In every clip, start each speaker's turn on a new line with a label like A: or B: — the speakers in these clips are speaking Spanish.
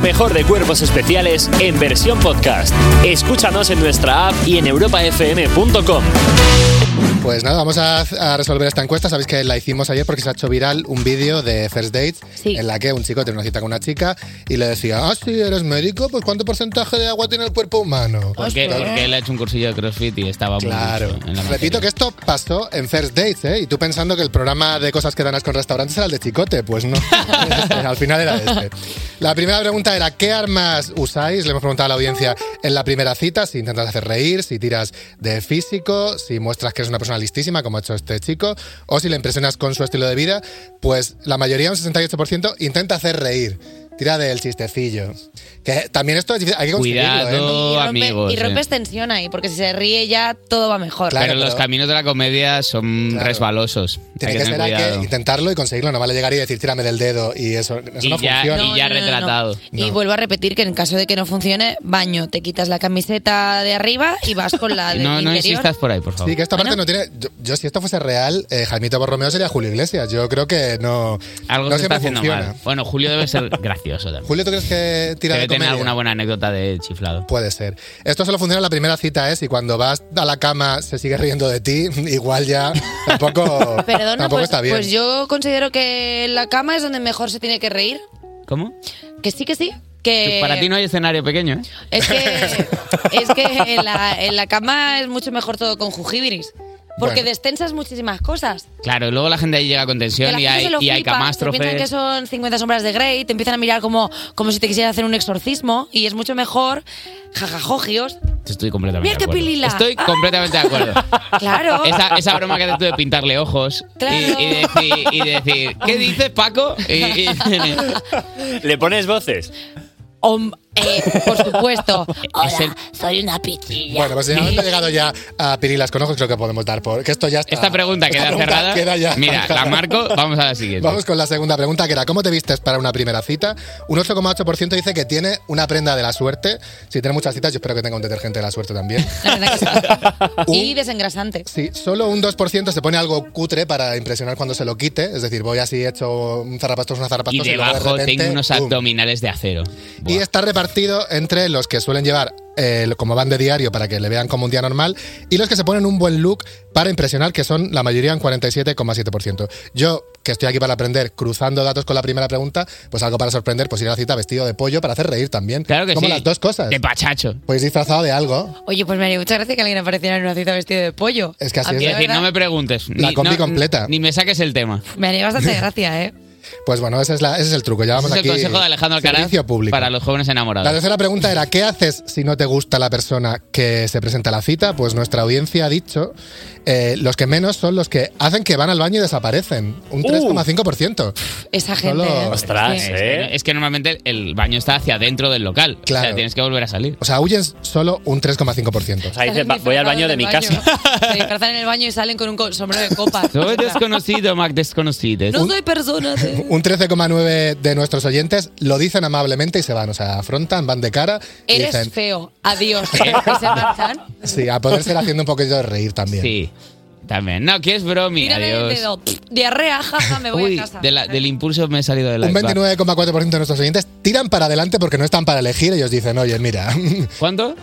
A: mejor de cuerpos especiales en versión podcast. Escúchanos en nuestra app y en europafm.com.
B: Pues nada, vamos a, a resolver esta encuesta. Sabéis que la hicimos ayer porque se ha hecho viral un vídeo de First Dates
C: Sí.
B: en la que un chico tiene una cita con una chica y le decía, ah, sí, eres médico, pues ¿cuánto porcentaje de agua tiene el cuerpo humano?
D: ¿Por qué? Porque él ha hecho un cursillo de CrossFit y estaba muy
B: Pues Claro.
D: mucho en la materia.
B: Repito que esto pasó en First Dates, ¿eh? Y tú pensando que el programa de cosas que danas con restaurantes era el de Chicote, pues no. Este, Al final era este. La primera pregunta era, ¿qué armas usáis? Le hemos preguntado a la audiencia en la primera cita, si intentas hacer reír, si tiras de físico, si muestras que eres una persona listísima, como ha hecho este chico, o si le impresionas con su estilo de vida. Pues la mayoría, un 68%, intenta hacer reír. Tira del chistecillo. Que también esto es difícil, hay que conseguirlo, ¿eh?
D: Cuidado,
B: No-
C: Rompe-
D: amigos.
C: y
D: eh.
C: rompes tensión ahí, porque si se ríe ya todo va mejor.
B: Claro,
D: pero los
B: pero-
D: caminos de la comedia son
B: Claro.
D: resbalosos.
B: Tiene que,
D: Hay que
B: ser
D: tener
B: hay que
D: cuidado.
B: intentarlo y conseguirlo, no vale llegar y decir tírame del dedo y eso, eso
D: Y
B: no
D: ya-
B: funciona.
D: y ya retratado.
C: Y
B: No.
C: vuelvo a repetir que en caso de que no funcione, baño, te quitas la camiseta de arriba y vas con la del
D: No, no
C: interior.
D: insistas por ahí, por favor.
B: Sí, que esta parte no tiene. Yo, yo, si esto fuese real, eh, Jaimito Borromeo sería Julio Iglesias. Yo creo que no.
D: Algo
B: no
D: se está
B: siempre
D: haciendo
B: funciona.
D: mal. Bueno, Julio debe ser gracioso también.
B: Julio, ¿tú crees que tira
D: Debe tener
B: de comedia?
D: alguna buena anécdota de chiflado.
B: Puede ser. Esto solo funciona en la primera cita, es Y cuando vas a la cama se sigue riendo de ti, igual ya tampoco,
C: Perdona,
B: tampoco
C: pues,
B: está bien.
C: pues yo considero que la cama es donde mejor se tiene que reír.
D: ¿Cómo?
C: Que sí, que sí. Que
D: Para ti no hay escenario pequeño, ¿eh?
C: Es que, es que en, la, en la cama es mucho mejor todo con jujibiris. Porque
B: Bueno.
C: destensas muchísimas cosas.
D: Claro, y luego la gente ahí llega con
C: Que la
D: tensión y
C: gente
D: hay,
C: se lo
D: y hay
C: flipa, se piensan que
D: catástrofes.
C: son 50 sombras de Grey, te empiezan a mirar como, como si te quisieran hacer un exorcismo y es mucho mejor jajajogios.
D: Estoy completamente
C: Mira
D: de
C: qué
D: acuerdo.
C: pilila.
D: Estoy
C: Ah.
D: completamente de acuerdo.
C: Claro.
D: Esa, esa broma que haces tú de pintarle ojos y-
C: Claro.
D: y, decir, y decir, ¿qué dices, Paco? Y- y-
A: ¿Le pones voces?
C: Om- eh, por supuesto. Hola,
D: Es el-
C: soy una pichilla.
B: Bueno, pues si hemos llegado ya a Pirilas con ojos, creo que podemos dar por. Que esto ya está.
D: esta pregunta
B: Esta
D: queda
B: pregunta
D: cerrada.
B: queda ya
D: Mira, la
B: zanjada.
D: marco, vamos a la siguiente.
B: Vamos con la segunda pregunta, que era ¿cómo te vistes para una primera cita? Un 8,8% dice que tiene una prenda de la suerte. Si tiene muchas citas, yo espero que tenga un detergente de la suerte también.
C: La verdad que sí. Y
B: Un-
C: desengrasante.
B: Sí, solo un 2% se pone algo cutre para impresionar cuando se lo quite. Es decir, voy así hecho un zarrapastos, una zarrapastos.
D: y
B: luego de
D: debajo
B: repente,
D: tengo unos
B: ¡pum!
D: abdominales de acero. Buah.
B: Y está repartido entre los que suelen llevar eh, como van de diario para que le vean como un día normal y los que se ponen un buen look para impresionar, que son la mayoría en 47,7%. Yo, que estoy aquí para aprender cruzando datos con la primera pregunta, pues algo para sorprender, pues ir a la cita vestido de pollo para hacer reír también.
D: Claro que
B: como
D: sí.
B: las dos cosas.
D: De pachacho.
B: Pues disfrazado de algo.
C: Oye, pues me haría mucha gracia que alguien apareciera en una cita vestido de pollo.
B: Es que así
C: A mí,
B: es.
D: Es
C: la
D: decir, no
C: verdad,
D: me preguntes.
B: La combi
D: no-
B: completa.
D: Ni me saques el tema.
C: me haría bastante gracia, ¿eh?
B: Pues bueno, ese es, la- ese es el truco. Ya vamos
D: Ese es
B: aquí.
D: el consejo de Alejandro Alcaraz
B: servicio público.
D: para los jóvenes
B: La
D: enamorados.
B: tercera pregunta era, ¿qué haces si no te gusta la persona que se presenta a la cita? Pues nuestra audiencia ha dicho, eh, los que menos son los que hacen que van al baño y desaparecen, un
D: Uh.
B: 3,5%.
C: Esa gente.
B: Solo-
C: ¿eh?
A: Ostras,
C: Sí.
A: ¿eh?
D: Es que normalmente el baño está hacia dentro del local. O
B: Claro.
D: sea, tienes que volver a salir.
B: O sea, huyen solo un 3,5%.
A: O sea, dices,
C: Están
A: "Va, voy al baño de mi
C: disfrazados del
A: casa.
C: baño. Se disfrazan en el baño y salen con un co- sombrero de copa.
D: Soy desconocido, Mac, desconocido.
C: No soy persona. sí.
B: Un 13,9% de nuestros oyentes lo dicen amablemente y se van, o sea, afrontan, van de cara y
C: Eres
B: dicen,
C: feo. Adiós. Y se marchan.
B: sí, a poder ser haciendo un poquito de reír también.
D: Sí, también. No, que es bromi.
C: Tírame el
D: Adiós.
C: dedo. Diarrea, jaja, me voy
D: Uy,
C: a casa.
D: de la- del impulso me he salido de la
B: Un 29,4% de nuestros oyentes tiran para adelante porque no están para elegir. Ellos dicen, oye, mira, un
D: ¿Cuánto?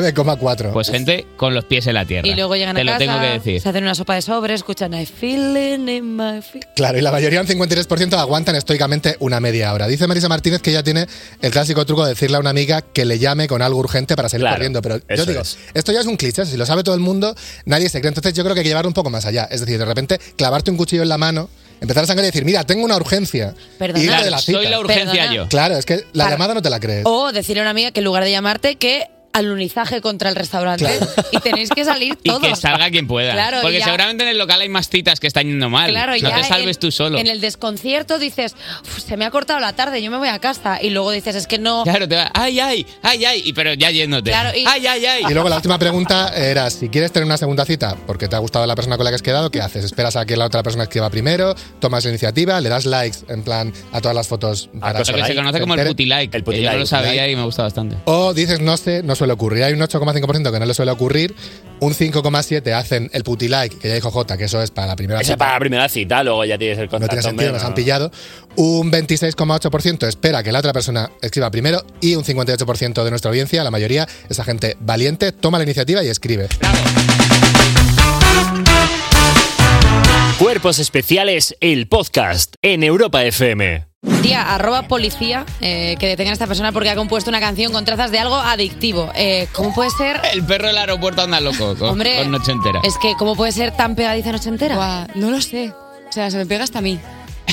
B: 29,4%.
D: Pues gente con los pies en la tierra.
C: Y luego llegan
D: Te
C: a casa,
D: lo tengo que decir.
C: se hacen una sopa de sobre, escuchan I feeling in my feet.
B: Claro, y la mayoría, un 53%, aguantan estoicamente una media hora. Dice Marisa Martínez que ella tiene el clásico truco de decirle a una amiga que le llame con algo urgente para salir
A: Claro,
B: corriendo. Pero yo
A: eso
B: digo,
A: es.
B: esto ya es un cliché, si lo sabe todo el mundo, nadie se cree. Entonces yo creo que hay que llevarlo un poco más allá. Es decir, de repente clavarte un cuchillo en la mano, empezar a sangrar y decir, mira, tengo una urgencia.
C: Perdona,
B: Y irte
D: Claro,
B: de la cita.
D: soy la urgencia
C: Perdona.
D: yo.
B: Claro, es que la
C: Para-
B: llamada no te la crees.
C: O decirle a una amiga que en lugar de llamarte, que alunizaje contra el restaurante y tenéis que salir
D: Y
C: todos.
D: que salga quien pueda.
C: Claro,
D: Porque
C: ya-
D: seguramente en el local hay más citas que están yendo mal.
C: Claro,
D: no
C: ya
D: te salves
C: en-
D: tú solo.
C: En el desconcierto dices, "Uf, se me ha cortado la tarde, yo me voy a casa. Y luego dices, es que no.
D: Claro, te va. ¡Ay, ay! ¡Ay, ay! Y, pero ya yéndote.
C: Claro, y-
D: ¡Ay, ay, ay!
B: Y luego la última pregunta era, si quieres tener una segunda cita porque te ha gustado la persona con la que has quedado, ¿qué haces? ¿Esperas a que la otra persona escriba primero? ¿Tomas la iniciativa? ¿Le das likes en plan a todas las fotos?
A: A cosas
D: Lo que se
A: like.
D: conoce como el
B: entere?
D: putilike.
A: El
D: que yo
A: putilike,
D: no lo sabía
B: putilike.
D: y me gusta bastante.
B: O dices, no sé, no suele ocurrir. Hay un 8,5% que no le suele ocurrir. Un 5,7% hacen el putilike, que ya dijo Jota, que eso es para la primera
A: Esa es para la primera cita, luego ya tienes el
B: no
A: contacto.
B: tiene sentido,
A: hombre,
B: nos
A: no.
B: han pillado. Un 26,8% espera que la otra persona escriba primero y un 58% de nuestra audiencia, la mayoría, esa gente valiente, toma la iniciativa y escribe.
A: Cuerpos especiales, el podcast en Europa FM.
C: Tía, arroba policía eh, que detengan a esta persona porque ha compuesto una canción con trazas de algo adictivo. Eh, ¿Cómo puede ser?
D: El perro del aeropuerto anda loco con,
C: Hombre,
D: con noche entera.
C: Es que, ¿cómo puede ser tan pegadiza noche entera?
E: no lo sé. O sea, se me pega hasta a mí.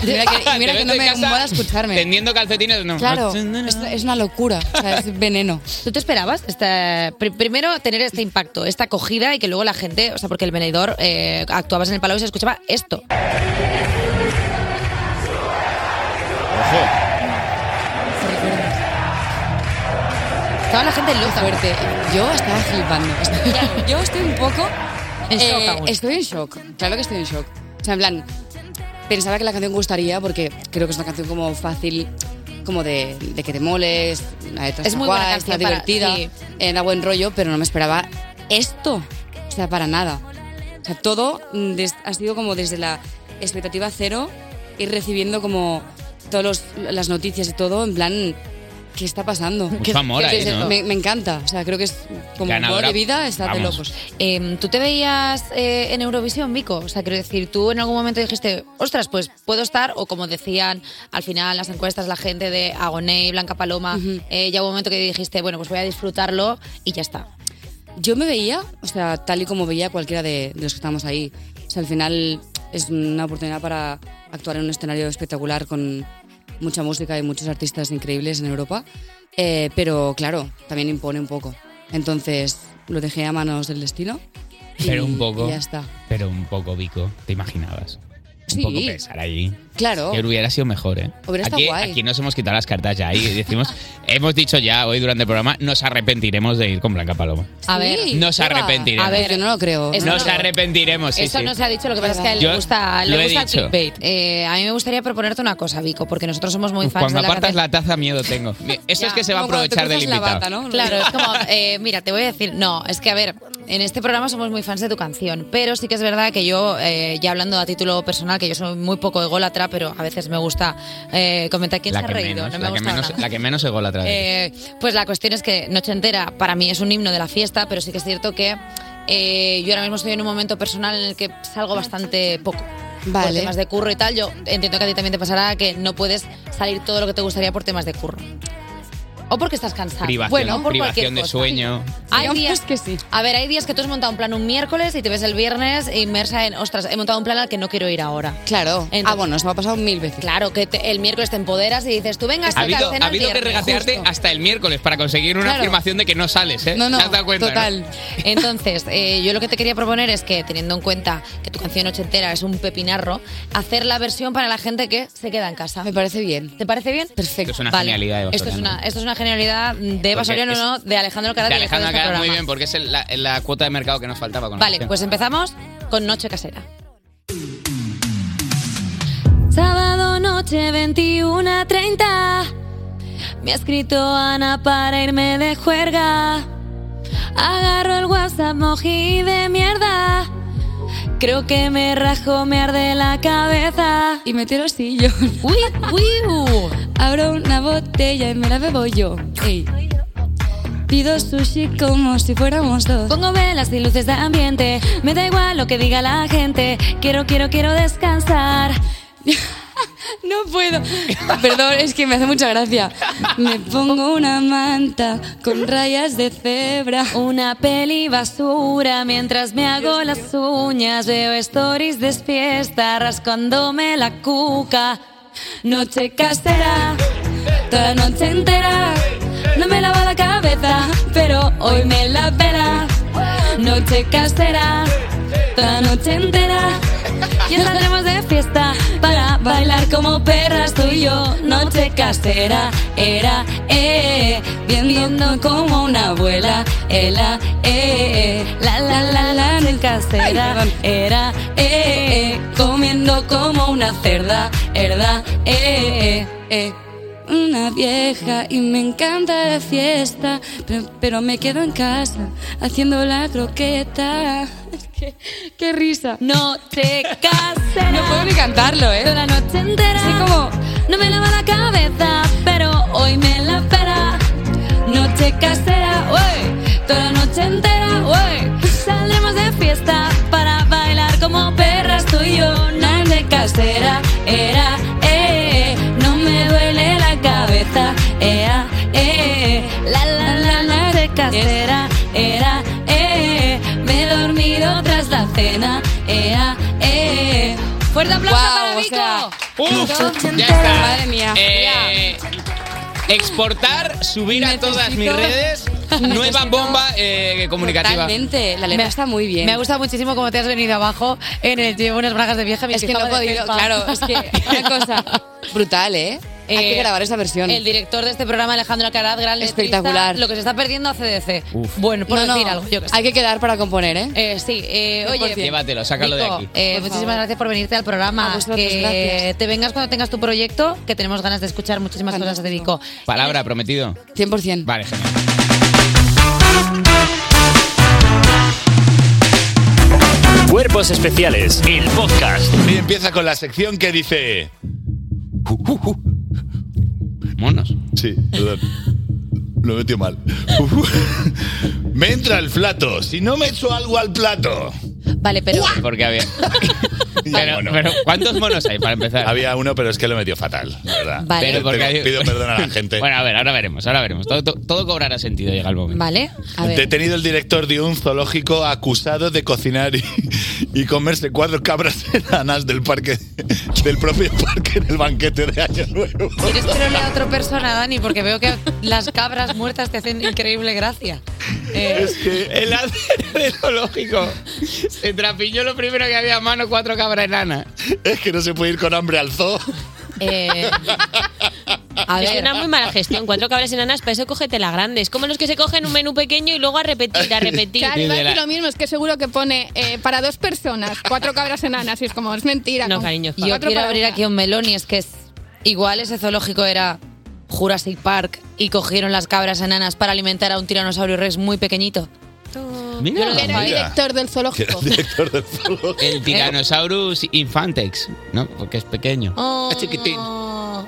E: Y Mira que, y mira
D: Te
E: que
D: ves
E: no
D: de
E: me
D: casa
E: mola escucharme.
D: Tendiendo calcetines, no.
E: Claro, es, es una locura. O sea, es veneno.
C: ¿Tú te esperabas? esta- pri- primero, tener este impacto, esta acogida y que luego la gente, o sea, porque el venedor eh, actuabas en el palau y se escuchaba esto. Estaba la gente loca.
E: Fuerte. Yo estaba flipando. Ya, Yo estoy un poco. eh,
C: En shock aún.
E: Estoy en shock. Claro que estoy en shock. O sea, en plan, pensaba que la canción gustaría porque creo que es una canción como fácil, como de, de que te moles, la de
C: Es muy buena
E: guay,
C: canción
E: está
C: para-
E: divertida,
C: sí.
E: eh, da buen rollo, pero no me esperaba esto. O sea, para nada. O sea, todo mm, des- ha sido como desde la expectativa cero ir recibiendo como todas las noticias y todo, en plan, ¿qué está pasando?
D: Mucha
E: ¿Qué-
D: mora
E: qué-
D: ahí,
E: qué-
D: ¿no?
E: me, me encanta. O sea, creo que es como un
D: Ganadora,
E: modo de vida, está de
D: vamos.
E: locos.
C: Eh, ¿Tú te veías eh, en Eurovisión, Vico? O sea, quiero decir, tú en algún momento dijiste, ostras, pues puedo estar, o como decían al final las encuestas, la gente de Agoné, Blanca Paloma, eh, ya hubo un momento que dijiste, bueno, pues voy a disfrutarlo y ya está.
E: Yo me veía, o sea, tal y como veía cualquiera de, de los que estamos ahí. O sea, al final es una oportunidad para actuar en un escenario espectacular con mucha música y muchos artistas increíbles en Europa. Eh, pero claro, también impone un poco. Entonces lo dejé a manos del destino. y-
D: Pero un poco.
E: y ya está.
D: Pero un poco, Vico. ¿Te imaginabas? Un
E: Sí.
D: poco pesar allí.
E: Claro.
D: Yo hubiera sido mejor, ¿eh?
E: Hubiera estado
D: aquí,
E: guay.
D: aquí nos hemos quitado las cartas ya y decimos, hemos dicho ya hoy durante el programa, nos arrepentiremos de ir con Blanca Paloma.
C: A ver,
D: Nos
E: Eva,
D: arrepentiremos.
E: A ver, yo no lo creo.
C: Eso
E: no lo
D: nos
C: no.
D: arrepentiremos, sí,
C: Eso
D: sí.
C: no se ha dicho, lo que pasa es que a él
D: Yo
C: le gusta,
D: lo he
C: le gusta el
D: dicho.
C: clickbait. Eh, a mí me gustaría proponerte una cosa, Vico, porque nosotros somos muy
D: Uf,
C: fans
D: Pues Cuando
C: de la
D: apartas
C: canción.
D: la taza, miedo tengo. Eso
C: Ya,
D: es que se va a
E: como cuando te
D: aprovechar del
E: cruzas la
D: invitado.
E: bata, ¿no?
C: Claro, es como, eh, mira, te voy a decir, no, es que a ver, en este programa somos muy fans de tu canción, pero sí que es verdad que yo, eh, ya hablando a título personal, que yo soy muy poco ególatra, pero a veces me gusta eh, comentar quién
D: La
C: se ha
D: que,
C: reído,
D: menos,
C: no me
D: la,
C: ha
D: que
C: gustado
D: menos,
C: nada.
D: la que menos se gola otra vez.
C: Eh, pues la cuestión es que Noche Entera para mí es un himno de la fiesta, pero sí que es cierto que eh, yo ahora mismo estoy en un momento personal en el que salgo bastante poco. Por
E: Vale.
C: temas de curro y tal, yo entiendo que a ti también te pasará que no puedes salir todo lo que te gustaría por temas de curro. O porque estás cansado.
D: Privación,
C: bueno, por
D: privación
C: cualquier
D: de
C: cosa.
D: sueño.
C: Hay
E: Digamos
C: días
E: que sí.
C: A ver, hay días que tú has montado un plan un miércoles y te ves el viernes inmersa en, ostras, he montado un plan al que no quiero ir ahora.
E: Claro.
C: Entonces-
E: ah, bueno, eso me ha pasado mil veces.
C: Claro, que te- el miércoles te empoderas y dices, tú vengas
D: Ha
C: a
D: habido, ha
C: cena el
D: habido que
C: viernes".
D: regatearte
C: Justo.
D: hasta el miércoles para conseguir una
E: Claro.
D: afirmación de que no sales, ¿eh?
E: No, no.
D: ¿Te has dado cuenta, no?
E: total.
C: Entonces, eh, yo lo que te quería proponer es que, teniendo en cuenta que tu canción ochentera es un pepinarro, hacer la versión para la gente que se queda en casa.
E: Me parece bien.
C: ¿Te parece bien?
E: Perfecto.
D: Esto es una
C: Vale.
D: genialidad de Eva
C: esto es,
D: Soriano.
C: una, esto es una genialidad de Eva
D: Porque
C: Soriano,
D: es-
C: no, de Alejandro Alcaraz.
D: De
C: director
D: Alejandro
C: este
D: Alcaraz, muy
C: programa.
D: bien, porque es el- la, la cuota de mercado que nos faltaba. Con la
C: Vale,
D: canción.
C: pues empezamos con Noche Casera. Sábado noche 21.30 Me ha escrito Ana para irme de juerga Agarro el WhatsApp mojí de mierda Creo que me rajo, me arde la cabeza
E: Y me tiro al sillón.
C: ¡Uy, uh. uy!
E: Abro una botella y me la bebo yo. Ey. Pido sushi como si fuéramos dos.
C: Pongo velas y luces de ambiente Me da igual lo que diga la gente Quiero, quiero, quiero descansar
E: No puedo. Perdón, es que me hace mucha gracia. Me pongo una manta con rayas de cebra.
C: Una peli basura mientras me hago las uñas, veo stories de fiesta rascándome la cuca.
E: Noche casera, toda la noche entera. No me lava la cabeza, pero hoy me la pela. Noche casera, toda la noche entera.
C: Y estaremos de fiesta para bailar como perras tú y yo. Noche casera, era, eh,
E: Viendo como una abuela, ela, eh, eh.
C: la la la la noche casera, era,
E: eh, eh, comiendo como una cerda, herda, eh, eh, eh.
F: una vieja y me encanta la fiesta, pero, pero me quedo en casa haciendo la croqueta. qué, qué risa.
E: No te cases.
F: No puedo ni cantarlo, ¿eh?
E: Toda la noche entera.
F: Así como-
E: No me lava la cabeza, pero hoy me la pera. Noche casera, uy. Toda la noche entera, uy. Saldremos de fiesta para bailar como perras tú y yo. Noche casera, era, eh. eh. No me duele la cabeza, ea, eh. eh. La, la, la, la, noche casera, era, eh. eh. Me he dormido tras la cena, ea, eh. eh. Fuerte aplauso
F: Guau,
E: para
F: o
E: Vico.
F: sea,
D: ¡Uf! Ya está.
F: entera. Madre mía.
D: Eh, exportar, subir a todas mis
F: Necesito-
D: redes. Nueva bomba eh, comunicativa.
F: Totalmente, la letra
C: Me-
F: está muy bien.
C: Me ha gustado muchísimo cómo te has venido abajo en el llevo unas bragas de vieja. mi
F: es que no
C: pijama
F: he
C: de
F: podido,
C: felpa.
F: claro, es que una cosa brutal, ¿eh? Hay
C: Eh,
F: que grabar esa versión.
C: El director de este programa, Alejandro Alcaraz, gran letrista,
F: Espectacular.
C: lo que se está perdiendo a CDC.
D: Uf.
C: Bueno, por
F: No, no,
C: decir algo, yo que sé.
F: hay que quedar para componer, ¿eh?
C: Eh, sí, eh, oye.
D: Llévatelo, sácalo de
C: Nico,
D: aquí.
C: eh,
F: Por
C: muchísimas
F: favor.
C: gracias por venirte al
F: A
C: programa.
F: vosotros,
C: que
F: gracias.
C: te vengas cuando tengas tu proyecto, que tenemos ganas de escuchar muchísimas cosas de
F: Fantástico.
C: Vico.
D: Palabra, prometido.
F: 100%.
D: Vale, genial.
A: Cuerpos especiales, el podcast.
G: Y empieza con la sección que dice.
D: Monos.
G: Sí, perdón. Lo metió mal. me entra el plato. Si no me echo algo al plato.
C: Vale, pero.
D: Porque había.
G: Y
D: Pero,
G: bueno,
D: pero, ¿cuántos monos hay para empezar?
G: había uno, pero es que lo metió fatal, la verdad.
F: Vale.
G: Pero
D: Pero porque hay-
G: pido perdón a la gente.
D: Bueno, a ver, ahora veremos, ahora veremos. Todo, todo- todo cobrará sentido, llega el momento.
C: Vale.
F: A ver.
G: Detenido el director de un zoológico acusado de cocinar y, y comerse cuatro cabras enanas del parque del propio parque en el banquete de Año Nuevo.
C: ¿Quieres creerle a otra persona, Dani? Porque veo que las cabras muertas te hacen increíble gracia. Eh,
G: Es que
D: El hacer del zoológico. Se trapilló lo primero que había a mano, cuatro cabras enanas.
G: es que no se puede ir con hambre al zoo.
C: eh, a
H: Es
C: ver.
H: una muy mala gestión. Cuatro cabras enanas, para eso cógete la grande. Es como los que se cogen un menú pequeño y luego a repetir, a repetir.
I: Claro, iba a
D: Desde
I: decir
D: la-
I: lo mismo, es que seguro que pone eh, para dos personas, cuatro cabras enanas, y es como, es mentira.
H: No,
I: con-
H: cariño, es para
C: Yo
I: cuatro
C: quiero
I: para
C: abrir
I: una.
C: aquí un melón y es que es, igual ese zoológico era Jurassic Park y cogieron las cabras enanas para alimentar a un tiranosaurio rex muy pequeñito.
D: Mira,
I: Pero el director del zoológico.
G: Director del zoológico.
D: el Tyrannosaurus infantex, ¿no? Porque es pequeño.
C: Oh,
D: Es chiquitín.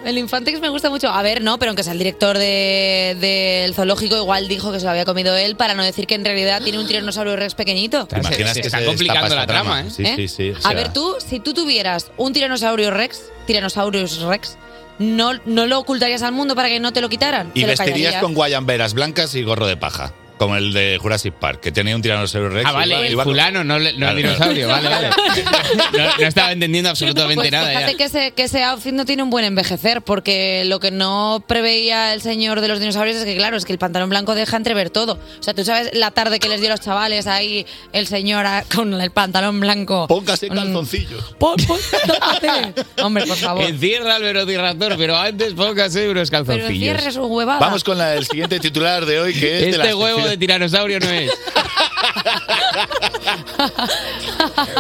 C: El Infantex me gusta mucho. A ver, no, pero aunque sea el director de- del zoológico, igual dijo que se lo había comido él para no decir que en realidad tiene un tiranosaurio rex pequeñito.
G: ¿Te imaginas
D: Se- se
G: que
D: está
G: se
D: complicando
G: destapa
D: la
G: esta
D: trama,
G: trama?
D: ¿eh?
G: Sí,
C: ¿Eh?
G: sí, sí, o
C: A
G: sea-
C: ver, tú, si tú tuvieras un tiranosaurio rex, tiranosaurus rex, no, no lo ocultarías al mundo para que no te lo quitaran.
G: Y
C: te lo
G: vestirías
C: callarías.
G: con guayamberas blancas y gorro de paja. Como el de Jurassic Park, que tenía un tiranosaurio rex.
D: Ah,
G: y
D: vale,
G: iba-
D: el
G: iba con-
D: fulano, no, le- no
G: Claro,
D: el dinosaurio. Vale, vale. No, no estaba entendiendo absolutamente
C: Pues
D: nada.
C: fíjate
D: ya.
C: que ese, que ese outfit no tiene un buen envejecer, porque lo que no preveía el señor de los dinosaurios es que, claro, es que el pantalón blanco deja entrever todo. O sea, tú sabes la tarde que les dio a los chavales ahí el señor a- con el pantalón blanco.
G: Póngase
C: Mm.
G: calzoncillos.
C: Pon- pon- tápate. Hombre, por favor.
D: Encierra al velociraptor, pero antes póngase unos
C: Pero
D: calzoncillos.
C: cierre su huevada.
G: Vamos con la- el siguiente titular de hoy, que es de la
D: Este huevo de
G: sección-
D: tiranosaurio no es.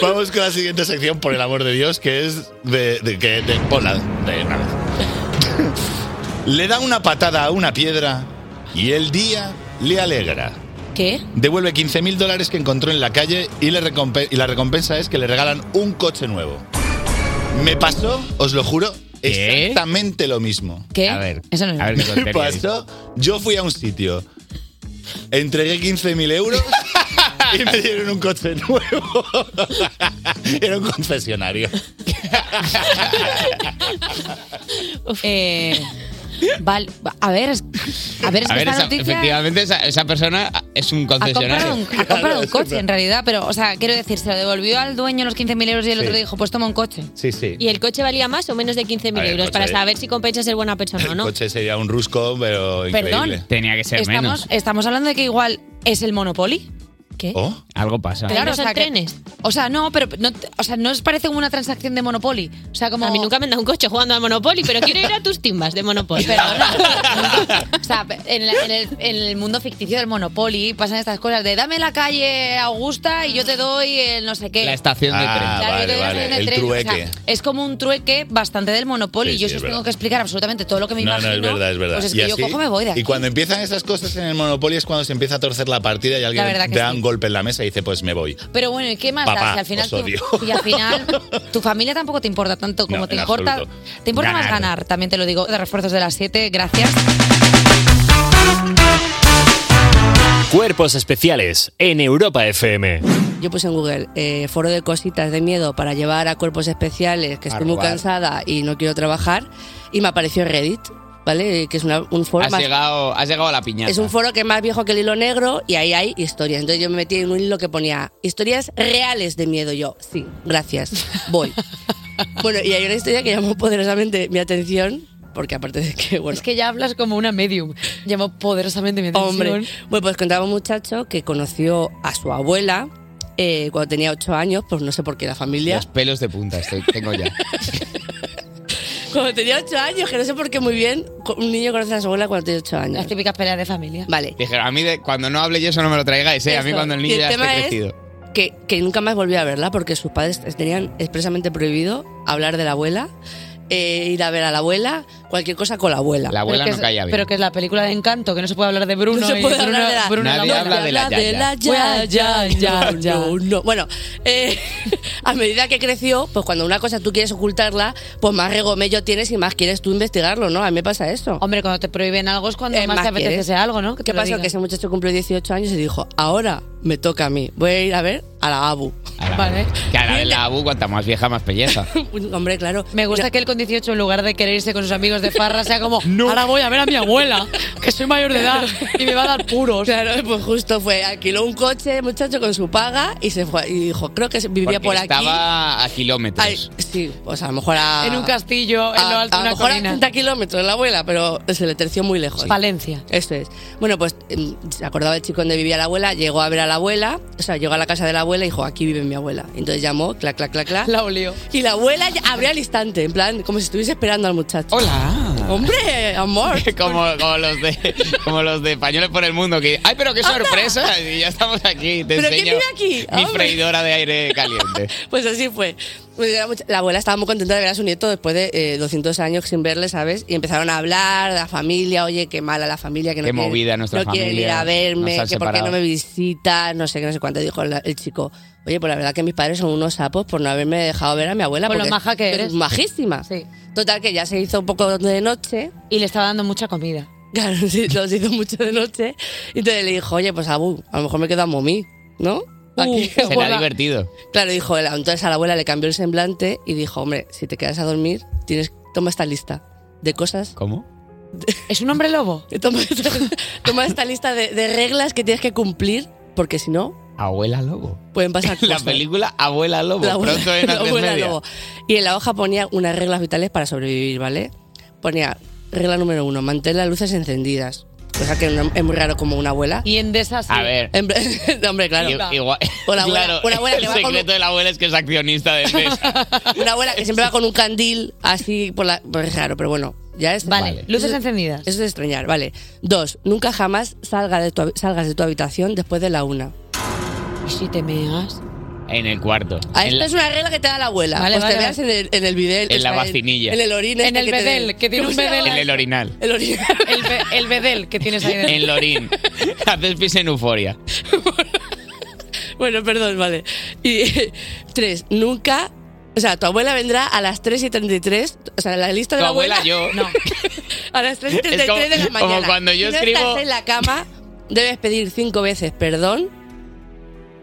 G: Vamos con la siguiente sección, por el amor de Dios, que es de. de, que- de- ponla, de una vez. Le da una patada a una piedra y el día le alegra.
C: ¿Qué?
G: Devuelve 15.000 dólares que encontró en la calle y, le recompe- y la recompensa es que le regalan un coche nuevo. Me pasó, os lo juro,
D: ¿Qué?
G: exactamente lo mismo.
C: ¿Qué?
D: A ver,
C: Eso no es.
D: a ver qué tontería
G: Me pasó, yo fui a un sitio, entregué 15.000 euros y me dieron un coche nuevo. Era un concesionario.
C: Eh, vale, a ver, es- a ver, es
D: A
C: que
D: ver,
C: esta
D: esa-
C: noticia-
D: efectivamente esa, esa persona es un
C: Ha comprado,
D: concesionario.
C: un, ha comprado un coche, en realidad, pero, o sea, quiero decir, se lo devolvió al dueño los 15.000 euros y el
G: Sí.
C: otro le dijo, pues toma un coche.
G: Sí, sí.
H: ¿Y el coche valía más o menos de
G: A
H: 15.000
G: ver,
H: euros?
G: coche-
H: Para saber si compensas ser buena persona o
G: El
H: no.
G: coche sería un rusco, pero
C: Perdón.
G: increíble.
D: Tenía que ser
C: Estamos,
D: menos.
C: estamos hablando de que igual es el Monopoly.
H: ¿Qué?
G: ¿Oh?
D: Algo pasa.
H: no son
C: que-
H: trenes?
C: o sea, no, pero no, o sea, no os parece como una transacción de Monopoly. O sea, como
H: A mí nunca me han dado un coche jugando al Monopoly, pero quiero ir a tus timbas de Monopoly.
C: O sea, en, la- en el, en el mundo ficticio del Monopoly pasan estas cosas de dame la calle Augusta y yo te doy el no sé qué.
D: La estación de
G: Ah,
D: tren.
C: Claro, yo te doy la
G: vale,
C: estación de
G: el
C: tren. O sea,
G: trueque.
C: es como un trueque bastante del Monopoly.
G: Sí,
C: yo
G: sí,
C: sí
G: es
C: os tengo
G: verdad.
C: que explicar absolutamente todo lo que me
G: No,
C: imagino.
G: no, es verdad, es verdad.
C: Pues es
G: Y
C: que yo
G: así-
C: cojo me voy de aquí.
G: Y cuando empiezan esas cosas en el Monopoly es cuando se empieza a torcer la partida y alguien
C: verdad que
G: da
C: sí.
G: un golpe en la mesa y dice, pues me voy.
C: Pero bueno, ¿y qué más
G: Papá,
C: da? Si al final
G: os
C: tu-
G: odio.
C: y al final tu familia tampoco te importa tanto como
G: No,
C: te
G: en
C: importa.
G: absoluto.
C: Te importa más
G: Ganar.
C: ganar, también te lo digo. De refuerzos de las 7, gracias.
A: Cuerpos especiales en Europa FM.
J: Yo puse en Google eh, foro de cositas de miedo para llevar a cuerpos especiales, que
A: A
J: estoy muy
A: robar.
J: cansada y no quiero trabajar, y me apareció Reddit, ¿vale? Que es una- un foro
D: Has
J: más...
D: llegado, has llegado a la piñata.
J: Es un foro que es más viejo que el hilo negro y ahí hay historias. Entonces yo me metí en un hilo que ponía historias reales de miedo. Yo, sí, gracias, voy. bueno, y hay una historia que llamó poderosamente mi atención, porque aparte de que, bueno,
C: Es que ya hablas como una medium. Llamó poderosamente mi atención.
J: Hombre, bueno, pues contaba un muchacho que conoció a su abuela eh, cuando tenía ocho años, pues no sé por qué la familia.
D: Los pelos de punta estoy, tengo ya.
J: Cuando tenía ocho años, que no sé por qué muy bien, co- un niño conoce a su abuela cuando tiene ocho años. Las
C: típicas peleas de familia.
J: Vale.
D: Dijeron, a mí de- cuando no hable yo eso no me lo traigáis, ¿eh? A mí
J: Eso.
D: cuando el
J: Y
D: niño
J: el
D: ya esté
J: tema es-
D: crecido.
J: Que, que nunca más volvió a verla porque sus padres tenían expresamente prohibido hablar de la abuela, eh, ir a ver a la abuela, cualquier cosa con la abuela.
D: La abuela no caía bien.
C: Pero que es la película de encanto, que no se puede hablar de Bruno.
J: No se
C: y
J: puede
C: Bruno,
J: hablar de la-
C: Bruno
D: Nadie
C: la
D: habla de la
J: de la ya, ya, ya, ya. No, no. Bueno, eh, a medida que creció, pues cuando una cosa tú quieres ocultarla, pues más regomello tienes y más quieres tú investigarlo, ¿no? A mí me pasa eso.
C: Hombre, cuando te prohíben algo es cuando
J: Eh,
C: más, te
J: más
C: apetece
J: quieres.
C: ese algo, ¿no? Que
J: ¿Qué
C: te lo
J: pasó?
C: digan.
J: Que ese muchacho cumplió 18 años y dijo, ahora me toca a mí, voy a ir a ver a la ABU.
C: Vale.
D: Que a la vez la abu, cuanta más vieja, más belleza.
J: Hombre, claro.
C: Me gusta que él con 18, en lugar de querer irse con sus amigos de farra, sea como, ahora voy a ver a mi abuela, que soy mayor de edad y me va a dar puros.
J: Claro, pues justo fue, alquiló un coche, muchacho, con su paga y se fue. Y dijo, creo que vivía
D: Porque
J: por aquí.
D: estaba a kilómetros.
J: Ay, sí, pues a lo mejor a...
C: En un castillo, en lo alto
J: a
C: de una
J: lo mejor
C: colina.
J: a 30 kilómetros la abuela, pero se le terció muy lejos.
C: Valencia.
J: Eso es. Bueno, pues mm, se acordaba el chico donde vivía la abuela, llegó a ver a la abuela, o sea, llegó a la casa de la abuela y dijo, aquí vive mi abuela. Entonces llamó, clac, clac, clac, clac.
C: La olió.
J: Y la abuela ya abrió al instante, en plan, como si estuviese esperando al muchacho.
D: ¡Hola!
J: ¡Hombre, amor!
D: Como, como los de como los de españoles por el mundo que ay pero qué sorpresa y ya estamos aquí te
J: ¿Pero quién
D: enseño
J: vive aquí?
D: mi
J: Hombre.
D: freidora de aire caliente
J: Pues así fue. Pues era mucha- La abuela estaba muy contenta de ver a su nieto después de eh, 200 años sin verle, ¿sabes? Y empezaron a hablar de la familia, oye, qué mala la familia, que no
D: Qué
J: quiere-
D: movida nuestra
J: no quieren ir
D: familia,
J: a verme,
D: nos han
J: que por qué
D: separado.
J: no me visitas, no sé qué, no sé cuánto. Dijo la- el chico, oye, pues la verdad que mis padres son unos sapos por no haberme dejado ver a mi abuela.
C: Por lo
J: porque
C: maja que eres.
J: Majísima.
C: Sí.
J: Total, que ya se hizo un poco de noche.
C: Y le estaba dando mucha comida.
J: Claro, sí, los hizo mucho de noche. Y entonces le dijo, oye, pues Abu, a lo mejor me quedo a momí, ¿no? Aquí,
D: será
J: abuela.
D: divertido
J: Claro, dijo él. Entonces a la abuela le cambió el semblante y dijo, hombre, si te quedas a dormir, tienes, toma esta lista de cosas.
D: cómo
C: ¿Es un hombre lobo?
J: Toma esta, toma esta lista de, de reglas que tienes que cumplir, porque si no,
D: abuela lobo
J: pueden pasar
D: la
J: cosas.
D: película abuela lobo
J: La abuela-
D: pronto en
J: la
D: A3
J: abuela
D: Media.
J: lobo. Y en la hoja ponía unas reglas vitales para sobrevivir, ¿vale? Ponía regla número uno, mantén las luces encendidas. Cosa que no- es muy raro como una abuela.
C: Y en desas.
D: a ver
J: En plan- no, hombre, claro.
D: i- igual-
J: Una abuela-
D: claro,
J: una abuela que
D: el
J: va con un-
D: secreto de la abuela es que es accionista de E empresa
J: Una abuela que siempre va con un candil así por la. Pues es raro, pero bueno, ya es.
C: Vale,
D: Vale.
C: luces
J: Eso-
C: encendidas.
J: Eso es de extrañar, vale. Dos, nunca jamás salga de tu hab- salgas de tu habitación después de la una.
C: ¿Y si te meas?
D: en el cuarto
J: Ah,
D: en
J: Esta
D: la-
J: es una regla que te da la abuela.
C: Vale,
J: pues
C: vale,
J: te veas en el, en el bidel.
D: En
J: o
D: la
J: sea,
D: vacinilla.
J: En el orín.
C: En
J: este
C: el
J: que te
C: bedel,
J: den.
C: que tiene
J: ¿Cómo
C: un
J: se llama?
C: bedel.
D: en el orinal
J: El orín.
C: El, be- el bedel que tienes ahí dentro.
D: en Lorín haces pis en euforia
J: bueno, perdón, vale. Y tres, nunca... O sea, tu abuela vendrá a las 3 y 33. O sea, la lista de
D: tu
J: la
D: abuela,
J: abuela...
D: yo
J: A las 3 y 33
D: como-
J: de la
D: como
J: mañana.
D: cuando yo
J: si no
D: escribo-
J: estás en la cama, debes pedir cinco veces perdón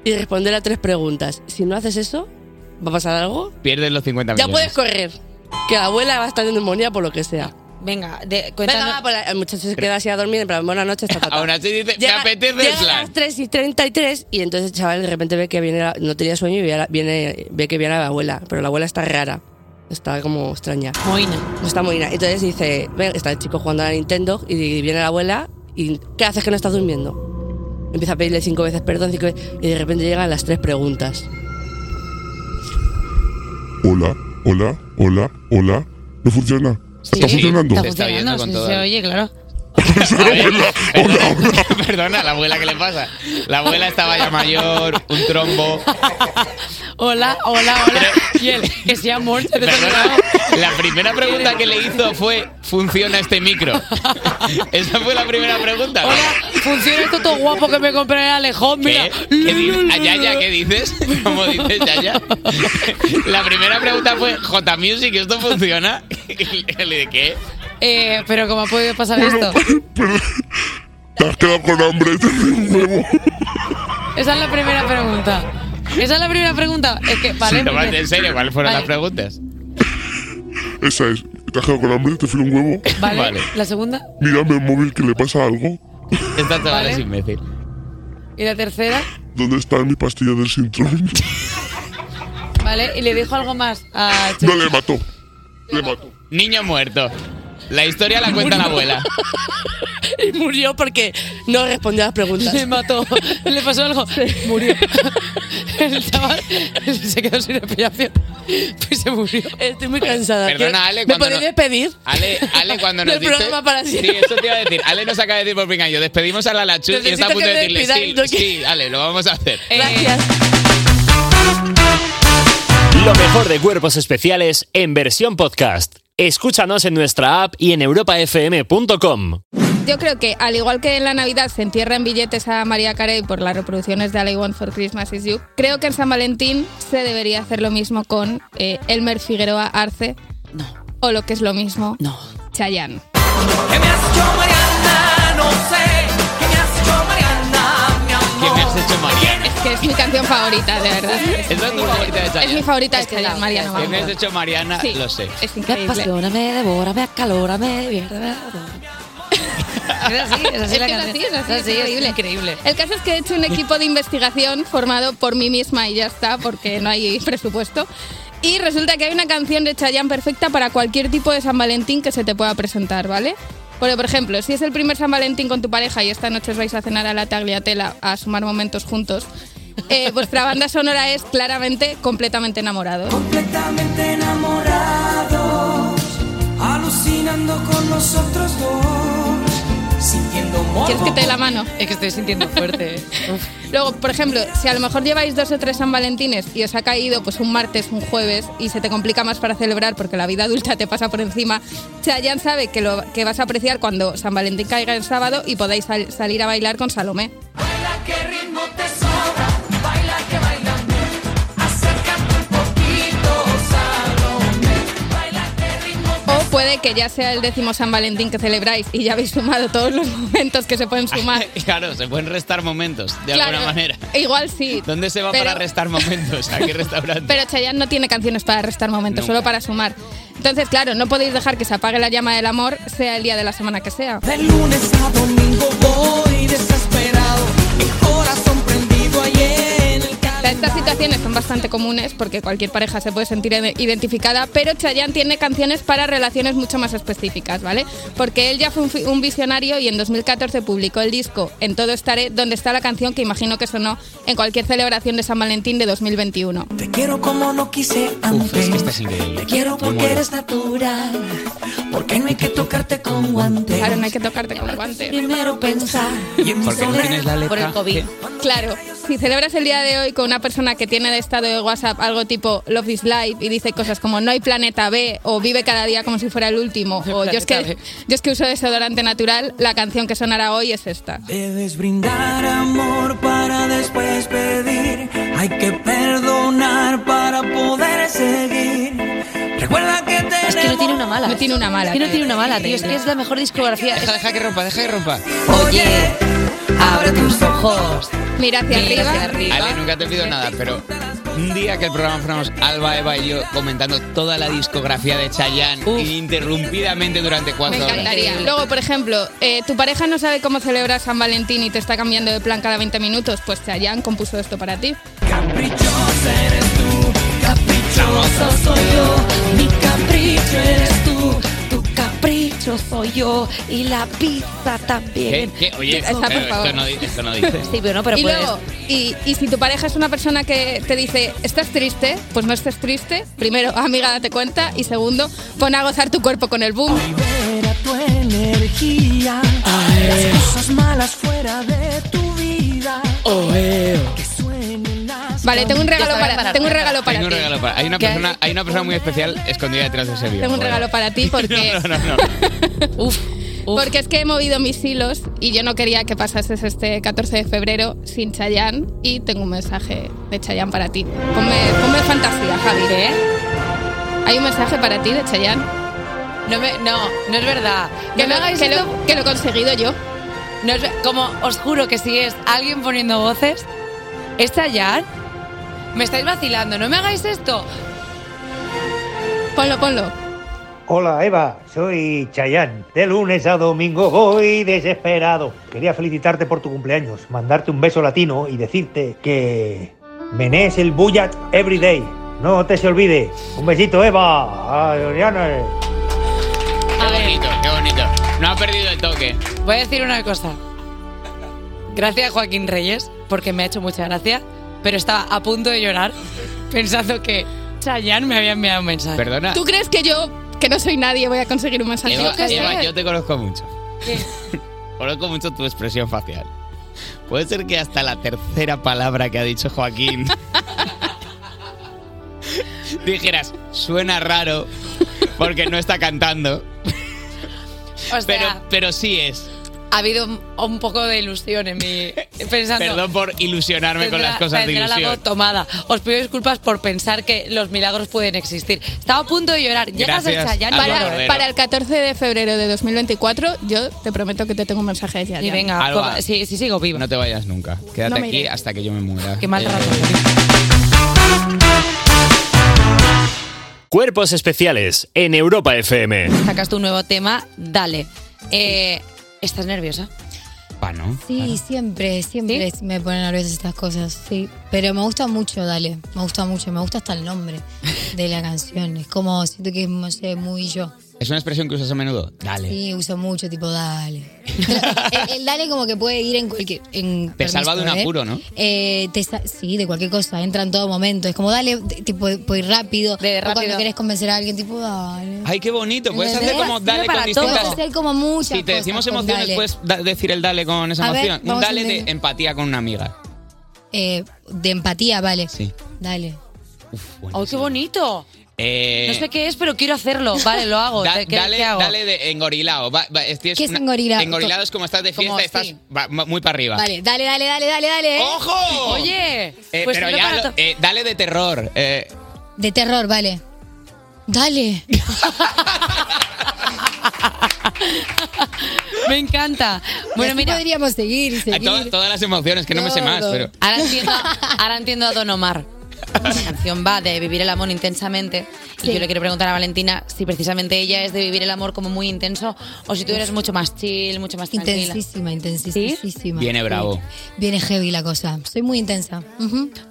J: y responder a tres preguntas. Si no haces eso, ¿va a pasar algo?
D: pierdes los 50
J: Ya
D: millones
J: puedes correr. Que la abuela va a estar en demonía por lo que sea.
C: Venga, de,
J: Venga,
C: cuéntanos.
J: va, pues la- el muchacho se queda así a dormir, en plan, buenas noches, ta, ta, ta.
D: aún así dice te
J: Llega-
D: apetece
J: llega
D: el
J: a las
D: plan
J: 3 y 33 y entonces el chaval de repente ve que viene la- no tenía sueño y ve, a la- viene, ve que viene la abuela, pero la abuela está rara, está como extraña.
C: Moina.
J: No está muy bien. Entonces dice, ve, está el chico jugando a la Nintendo y viene la abuela y ¿qué haces que no estás durmiendo? Empieza a pedirle cinco veces perdón, cinco veces, y de repente llegan las tres preguntas.
K: Hola, hola, hola, hola. No funciona. Está funcionando.
D: con
C: sí,
D: todo.
C: se oye, claro.
D: Perdona, la abuela, ¿qué le pasa? La abuela estaba ya mayor, un trombo.
C: Hola, hola, hola. Y él, que se ha muerto. de
D: Perdona, la primera pregunta que le hizo fue: ¿funciona este micro? Esa fue la primera pregunta.
C: Funciona esto todo guapo que me compré en Alejón, mira.
D: ¿Qué? ¿Qué dices? Ah, Yaya, ¿qué dices? ¿Cómo dices, Yaya? La primera pregunta fue, J Music, ¿esto funciona? Y le dije, ¿qué?
C: Eh, pero ¿cómo ha podido pasar esto?
K: Te has quedado con hambre. este
C: Esa es la primera pregunta. Esa es la primera pregunta. Es que, vale.
D: Sí,
C: me-
D: tómate en serio, ¿cuáles fueron
C: Vale.
D: las preguntas?
K: Esa es. Te has quedado con hambre, te filo un huevo.
C: Vale. La segunda
K: Mírame el móvil que le pasa algo.
D: Esta chavala es imbécil.
C: y la tercera,
K: ¿Dónde está mi pastilla del sintrón?
C: ¿vale? Y le dijo algo más a
K: No le mató. Le mató.
D: Niño muerto. La historia la cuenta la abuela.
J: Y murió porque no respondió a las preguntas.
C: Le mató. Le pasó algo. Murió. El chaval se quedó sin respiración. Pues se murió.
J: Estoy muy cansada.
D: Perdona, Ale,
J: ¿Me
D: cuando
J: podéis
D: no-
J: despedir?
D: Ale, Ale cuando nos
J: Del
D: dice...
J: programa para
D: sí,
J: siempre.
D: eso te iba a decir. Ale nos acaba de decir por pingaño. Despedimos a la Lachu y está
J: Necesito
D: a punto
J: que
D: de
J: me
D: decirle,
J: despidáis, Eh,
D: sí,
J: no que-
D: sí, Ale, lo vamos a hacer.
J: Gracias.
D: Eh.
A: Lo mejor de cuerpos especiales en versión podcast. Escúchanos en nuestra app y en europafm.com.
I: Yo creo que, al igual que en la Navidad se entierra en billetes a María Carey por las reproducciones de All I Want for Christmas Is You, creo que en San Valentín se debería hacer lo mismo con eh, Elmer Figueroa Arce. O lo que es lo mismo, Chayanne.
D: ¿Qué me has hecho, Mariana?
I: Es que es mi canción favorita, de verdad.
D: ¿Esa es tu favorita de Chayanne?
I: Es mi favorita de Chayanne, Mariana.
D: ¿Qué me has
I: vamos.
D: hecho, Mariana?
I: Sí.
D: Lo sé.
I: Es
C: Me
I: increíble.
C: apasiona, me devora, me acalora, me divierta. Es así, es así
I: Es
C: la
I: que es
C: canción.
I: así, es así, es
C: increíble.
I: increíble.
C: increíble.
I: El caso es que he hecho un equipo de investigación formado por mí misma y ya está, porque no hay presupuesto. Y resulta que hay una canción de Chayanne perfecta para cualquier tipo de San Valentín que se te pueda presentar, ¿vale? Porque, por ejemplo, si es el primer San Valentín con tu pareja y esta noche os vais a cenar a la tagliatela a sumar momentos juntos, eh, vuestra banda sonora es claramente completamente enamorados.
L: completamente enamorados, alucinando con nosotros dos, sintiendo morbo.
I: ¿Quieres que te dé la mano?
C: Es que estoy sintiendo fuerte. eh.
I: Luego, por ejemplo, si a lo mejor lleváis dos o tres San Valentines y os ha caído pues un martes, un jueves y se te complica más para celebrar porque la vida adulta te pasa por encima, Chayanne sabe que lo que vas a apreciar cuando San Valentín caiga en sábado y podáis sal- salir a bailar con Salomé.
L: ¿Qué ritmo te sobra? Baila que baila bien. Acércate un poquito, Salomé.
I: O puede que ya sea el décimo San Valentín que celebráis y ya habéis sumado todos los momentos que se pueden sumar.
D: Claro, se pueden restar momentos, de
I: Claro.
D: alguna manera.
I: Igual sí.
D: ¿Dónde se va
I: Pero-
D: para restar momentos? ¿A qué restaurante?
I: Pero Chayanne no tiene canciones para restar momentos, solo para sumar. Entonces, claro, no podéis dejar que se apague la llama del amor, sea el día de la semana que sea.
L: De lunes a domingo voy desesperado, el corazón prendido ayer.
I: O sea, Estas situaciones son bastante comunes porque cualquier pareja se puede sentir ide- identificada, pero Chayanne tiene canciones para relaciones mucho más específicas, ¿vale? Porque él ya fue un, fi- un visionario y en 2014 publicó el disco En todo estaré, donde está la canción que imagino que sonó en cualquier celebración de San Valentín de 2021.
L: Te quiero como no quise
D: Uf, es que esta
L: antes.
D: es increíble.
L: Te quiero porque eres natural, porque no hay que tocarte con guantes.
I: Claro, no hay que tocarte con el guante.
L: Primero pensar y en mi
D: Porque no
L: soledad-
D: tienes la letra.
C: COVID.
I: Claro, si celebras el día de hoy con una persona que tiene de estado de WhatsApp algo tipo Love is Life y dice cosas como no hay planeta B o vive cada día como si fuera el último o yo es,
C: Planeta
I: que,
C: B.
I: yo es que uso desodorante natural, la canción que sonará hoy es esta.
L: Debes brindar amor para después pedir. Hay que perdonar para poder seguir. Recuerda que tenemos
C: Es que no tiene una mala.
I: No tiene una mala.
C: Es que no
I: tío.
C: tiene una mala, tío. Es que es la mejor discografía.
D: Deja, deja que rompa, deja que rompa.
L: Oye, abre tus ojos.
I: Mira hacia arriba.
D: Ale, nunca te pido nada, pero un día que el programa fuéramos Alba, Eva y yo comentando toda la discografía de Chayanne interrumpidamente durante
I: Me
D: cuatro horas.
I: encantaría. Luego, por ejemplo, eh, tu pareja no sabe cómo celebra San Valentín y te está cambiando de plan cada 20 minutos, pues Chayanne compuso esto para ti.
L: Caprichosa eres tú, caprichosa soy yo. Mi capricho eres tú, tu capricho
C: soy yo y la pizza
D: ¿Qué?
C: también.
D: ¿Qué? Oye,
I: Esa, por
D: pero esto
I: favor.
D: no, di- esto no dice.
C: Sí, pero no, pero
I: y
C: puedes.
I: luego, y, y si tu pareja es una persona que te dice, estás triste, pues no estés triste. Primero, amiga, date cuenta. Y segundo, pon a gozar tu cuerpo con el boom.
L: Libera tu energía. Las cosas malas fuera de tu vida.
I: Vale, tengo un regalo
L: está, voy a
I: para,
L: parar,
I: tengo un
L: voy a
I: regalo para
D: Tengo
I: ti.
D: un regalo para- Hay una
I: ¿Qué?
D: persona, hay una persona muy especial escondida detrás de ese vídeo.
I: Tengo un
D: por
I: regalo para ti
D: favor.
I: porque
D: No, no, no.
I: Porque es que he movido mis hilos y yo no quería que pasases este 14 de febrero sin Chayán y tengo un mensaje de Chayán para ti. Ponme, ponme fantasía, Javi.
M: ¿eh?
I: Hay un mensaje para ti de Chayán.
C: No, me- no, no es verdad.
I: Que
C: no
I: lo-
C: hagáis
I: que lo-
C: esto-
I: que lo he conseguido yo.
C: No es ver- como os juro que si es alguien poniendo voces, es Chayanne. Me estáis vacilando, no me hagáis esto.
I: Ponlo, ponlo.
N: Hola Eva, soy Chayán. De lunes a domingo voy desesperado. Quería felicitarte por tu cumpleaños, mandarte un beso latino y decirte que menees el bullet every day. No te se olvide. Un besito Eva. Ay, Oriana.
D: Qué bonito, qué bonito. No ha perdido el toque.
C: Voy a decir una cosa. Gracias Joaquín Reyes, porque me ha hecho mucha gracia, pero estaba a punto de llorar pensando que Chayanne me había enviado un mensaje.
D: Perdona.
I: ¿Tú crees que yo, que no soy nadie, voy a conseguir un mensaje?
D: Eva, Eva, yo te conozco mucho. Conozco mucho tu expresión facial. Puede ser que hasta la tercera palabra que ha dicho Joaquín dijeras, suena raro porque no está cantando,
C: O sea,
D: pero sí es.
C: ha habido un, un poco de ilusión en mi pensando.
D: Perdón por ilusionarme con
C: tendrá-
D: las cosas de
C: tendrá la
D: ilusión.
C: voz tomada. Os pido disculpas por pensar que los milagros pueden existir. Estaba a punto de llorar. Llegas
D: Gracias,
C: al Chayanne y lloro, ¿eh?
I: Para, para el 14 Este de febrero de 2024, yo te prometo que te tengo un mensaje de Chayanne.
C: Y venga,
D: Alba,
C: como- sí, sí, sigo viva.
D: No te vayas nunca. Quédate
I: No me
D: aquí
I: iré.
D: hasta que yo me muera.
C: Qué mal
D: Eh,
C: rato.
A: Cuerpos especiales en Europa FM.
C: Sacas tu nuevo tema, dale. Eh, ¿Estás nerviosa?
D: Pa, ¿no?
O: Sí, siempre, siempre me ponen a veces estas cosas, sí. Pero me gusta mucho, dale, me gusta mucho, me gusta hasta el nombre de la canción. Es como, siento que es no sé, muy yo.
D: Es una expresión que usas a menudo. Dale.
O: Sí, uso mucho, tipo, dale. el, el dale como que puede ir en cualquier... En,
D: Te salva de un
O: ¿eh?
D: apuro, ¿no?
O: Eh, te sa- sí, de cualquier cosa, entra en todo momento. Es como, dale, t- tipo, puedo ir rápido. O cuando
D: rápido.
O: querés convencer a alguien, tipo, dale.
D: Ay, qué bonito. Puedes
O: ¿Entendés?
D: hacer como dale con distintas.
O: Puedes hacer como muchas
D: Si te decimos
O: cosas con
D: emociones, pues.
O: dale.
D: puedes da- decir el dale con esa
O: A ver,
D: emoción. un
O: vamos a
D: dale de
O: entender.
D: empatía con una amiga.
O: Eh, de empatía, vale.
D: Sí.
O: Dale.
C: ¡Ay, qué bonito!
D: Eh,
C: No sé qué es, pero quiero hacerlo. Vale, lo hago.
D: da-
C: ¿Qué- qué
D: dale,
C: hago?
D: dale de engorilado. Va- va, tienes
O: ¿Qué es engorilao?
D: Engorilado es como estás de
O: Como
D: fiesta, estás va- ma- muy para arriba.
O: Vale, dale, dale, dale, dale, dale. ¿eh? pues
D: ¡Ojo!
C: Oye,
D: Eh, pero ya, lo- eh, dale de terror. eh,
O: De terror, vale. Dale.
C: Me encanta. Bueno, mira.
O: podríamos seguir y
D: a to- todas las emociones, que no me sé más, pero.
C: Ahora entiendo, ahora entiendo a Don Omar. La canción va de vivir el amor intensamente. Y yo le quiero preguntar a Valentina si precisamente ella es de vivir el amor como muy intenso o si tú eres mucho más chill, mucho más tranquila.
O: Intensísima, intensísima.
D: Viene bravo.
O: Viene heavy la cosa. Soy muy intensa.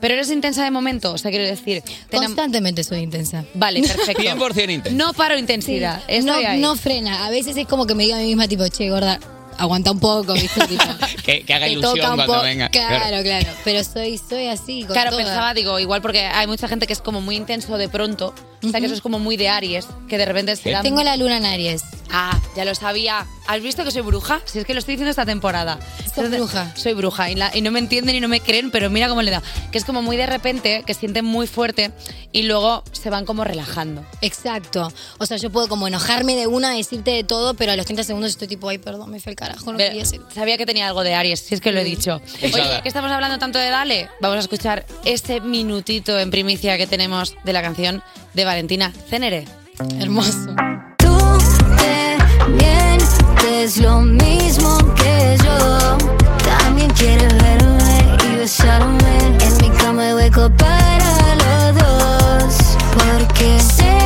C: Pero eres intensa de momento, o sea, quiero decir.
O: Constantemente soy intensa.
C: Vale, perfecto.
D: 100% intenso.
C: No paro intensidad.
O: Sí.
C: Estoy
O: No,
C: ahí.
O: no frena. A veces es como que me digo a mí misma, tipo, che, gorda, aguanta un poco, ¿viste? Tipo,
D: Que, que haga
O: te
D: ilusión
O: toca un
D: cuando
O: poco.
D: venga.
O: Claro, claro. Pero soy, soy así. Con
C: Claro,
O: todas.
C: pensaba, digo, igual porque hay mucha gente que es como muy intenso de pronto. O sea,
O: Ujú.
C: que eso es como muy de Aries, que de repente se dan-
O: Tengo la luna en Aries.
C: Ah, ya lo sabía. ¿Has visto que soy bruja? Si es que lo estoy diciendo esta temporada. Soy bruja. Soy bruja y, la- y no me entienden y no me creen, pero mira cómo le da. Que es como muy de repente, que sienten muy fuerte y luego se van como relajando.
O: Exacto. O sea, yo puedo como enojarme de una, decirte de todo, pero a los 30 segundos estoy tipo, ay, perdón, me fue el carajo, no
C: Ve-
O: quería hacer.
C: Sabía que tenía algo de Aries, si es
D: Mm.
C: que lo he dicho. Oye,
O: Usada.
C: que estamos hablando tanto de Dale, vamos a escuchar este minutito en primicia que tenemos de la canción de Valentina Cenere.
O: Hermoso.
P: Mientes lo mismo que yo. También quieres verme y besarme. En mi cama hay hueco para los dos. Porque sé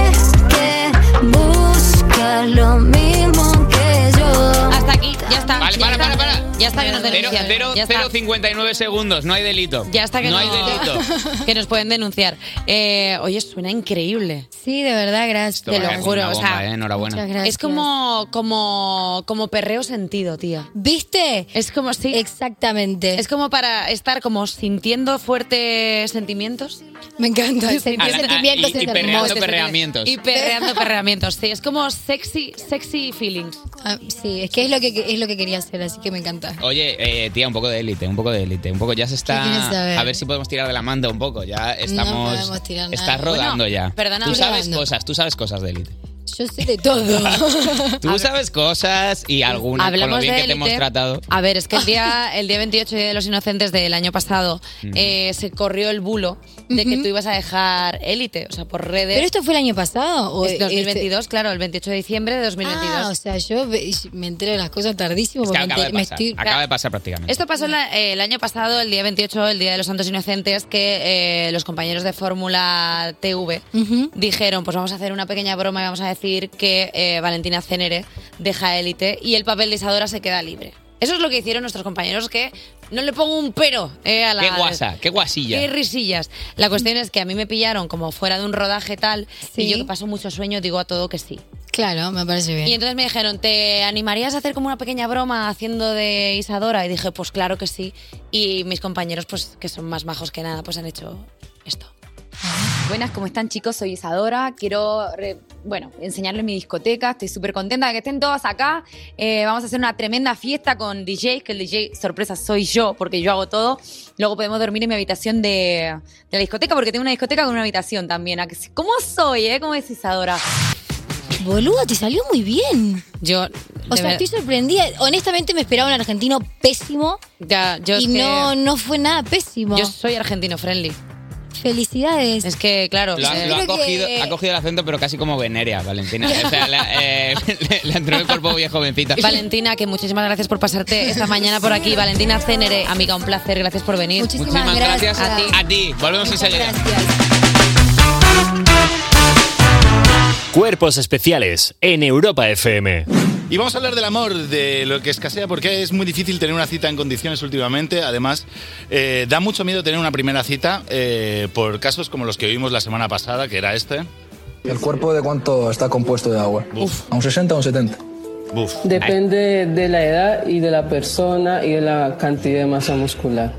P: que buscas lo mismo que yo.
C: Hasta aquí, ya está.
D: Vale, para, para, para.
C: Ya hasta que nos
D: Cero-
C: denuncian.
D: cero-
C: Ya está.
D: 0,59 segundos, no hay delito.
C: Ya hasta que
D: no hay delito.
C: que nos pueden denunciar. Eh, oye, suena increíble.
O: Sí, de verdad, gracias.
D: Esto va a caer como una bomba, eh, enhorabuena. Muchas gracias.
C: Es como, como, como perreo sentido, tía.
O: ¿Viste?
C: Es como sí.
O: Exactamente.
C: Es como para estar como sintiendo fuertes sentimientos. este
O: Me encanta.
D: sentir Ala, sentimientos y- es y hermoso. perreando perreamientos.
C: Y perreando perreamientos, sí. Es como sexy, sexy feelings.
O: Ah, sí, es que es lo que es lo que quería hacer, así que me encanta.
D: Oye, eh, tía, un poco de élite, un poco de élite, un poco ya se
O: ¿Qué quieres
D: está.
O: saber?
D: A ver si podemos tirar de la manta un poco. Ya
O: No
D: estamos.
O: podemos tirar nada.
D: estás rodando
O: Bueno,
D: ya.
O: perdona,
D: tú
O: estoy
D: sabes
O: rodando.
D: cosas, tú sabes cosas de élite.
O: Yo sé de todo.
D: Tú sabes cosas y algunas con lo
C: Hablamos
D: bien
C: de
D: que te hemos
C: élite.
D: tratado.
C: A ver, es que el día, el día 28 Día de los Inocentes del año pasado
D: Ujú.
C: eh, se corrió el bulo de que tú ibas a dejar élite, o sea, por redes.
O: ¿Pero esto fue el año pasado? ¿O
C: Es
O: este?
C: 2022, claro, el 28 de diciembre de 2022.
O: Ah, o sea, yo ve- me entero de las cosas tardísimo
D: Que
O: porque
D: acaba de
O: enter- me
D: pasar.
O: estoy...
D: Acaba de pasar prácticamente.
C: Esto pasó la- eh, el año pasado, el día 28, el Día de los Santos Inocentes, que eh, los compañeros de Fórmula TV dijeron, pues vamos a hacer una pequeña broma y vamos a decir que eh, Valentina Cenere deja élite y el papel de Isadora se queda libre. Eso es lo que hicieron nuestros compañeros, que no le pongo un pero eh, a la...
D: Qué guasa, qué guasilla.
C: Qué risillas. La cuestión es que a mí me pillaron como fuera de un rodaje tal y yo que paso mucho sueño digo a todo que sí.
O: Claro, me parece bien.
C: Y entonces me dijeron, ¿te animarías a hacer como una pequeña broma haciendo de Isadora? Y dije, pues claro que sí. Y mis compañeros, pues que son más majos que nada, pues han hecho
Q: Buenas, ¿cómo están chicos? Soy Isadora. Quiero, re- bueno, enseñarles mi discoteca. Estoy súper contenta de que estén todas acá. Eh, vamos a hacer una tremenda fiesta con DJs, que el DJ, sorpresa, soy yo, porque yo hago todo. Luego podemos dormir en mi habitación de, de la discoteca, porque tengo una discoteca con una habitación también. ¿A que sí? ¿Cómo soy, eh? ¿Cómo es Isadora?
O: Boludo, te salió muy bien.
C: Yo.
O: O sea, estoy sorprendida. Honestamente me esperaba un argentino pésimo.
C: Ya, yo es
O: y
C: que-
O: no, no fue nada pésimo.
C: Yo soy argentino friendly.
O: Felicidades.
C: Es que, claro.
D: Lo,
Q: eh,
D: ha, lo ha cogido, ha cogido el acento, pero casi como venerea, Valentina. O sea, la, eh, le, le entró el cuerpo bien jovencita.
C: Valentina, que muchísimas gracias por pasarte esta mañana por aquí. Valentina Cenere, amiga, un placer, gracias por venir.
D: Muchísimas gracias
C: a ti.
D: a ti. Volvemos enseguida.
A: Cuerpos especiales en Europa FM.
G: Y vamos a hablar del amor, de lo que escasea, porque es muy difícil tener una cita en condiciones últimamente. Además, eh, da mucho miedo tener una primera cita eh, por casos como los que vimos la semana pasada, que era este.
R: ¿El cuerpo de cuánto está compuesto de agua? ¿A un 60 o un 70?
S: Depende de la edad y de la persona y de la cantidad de masa muscular.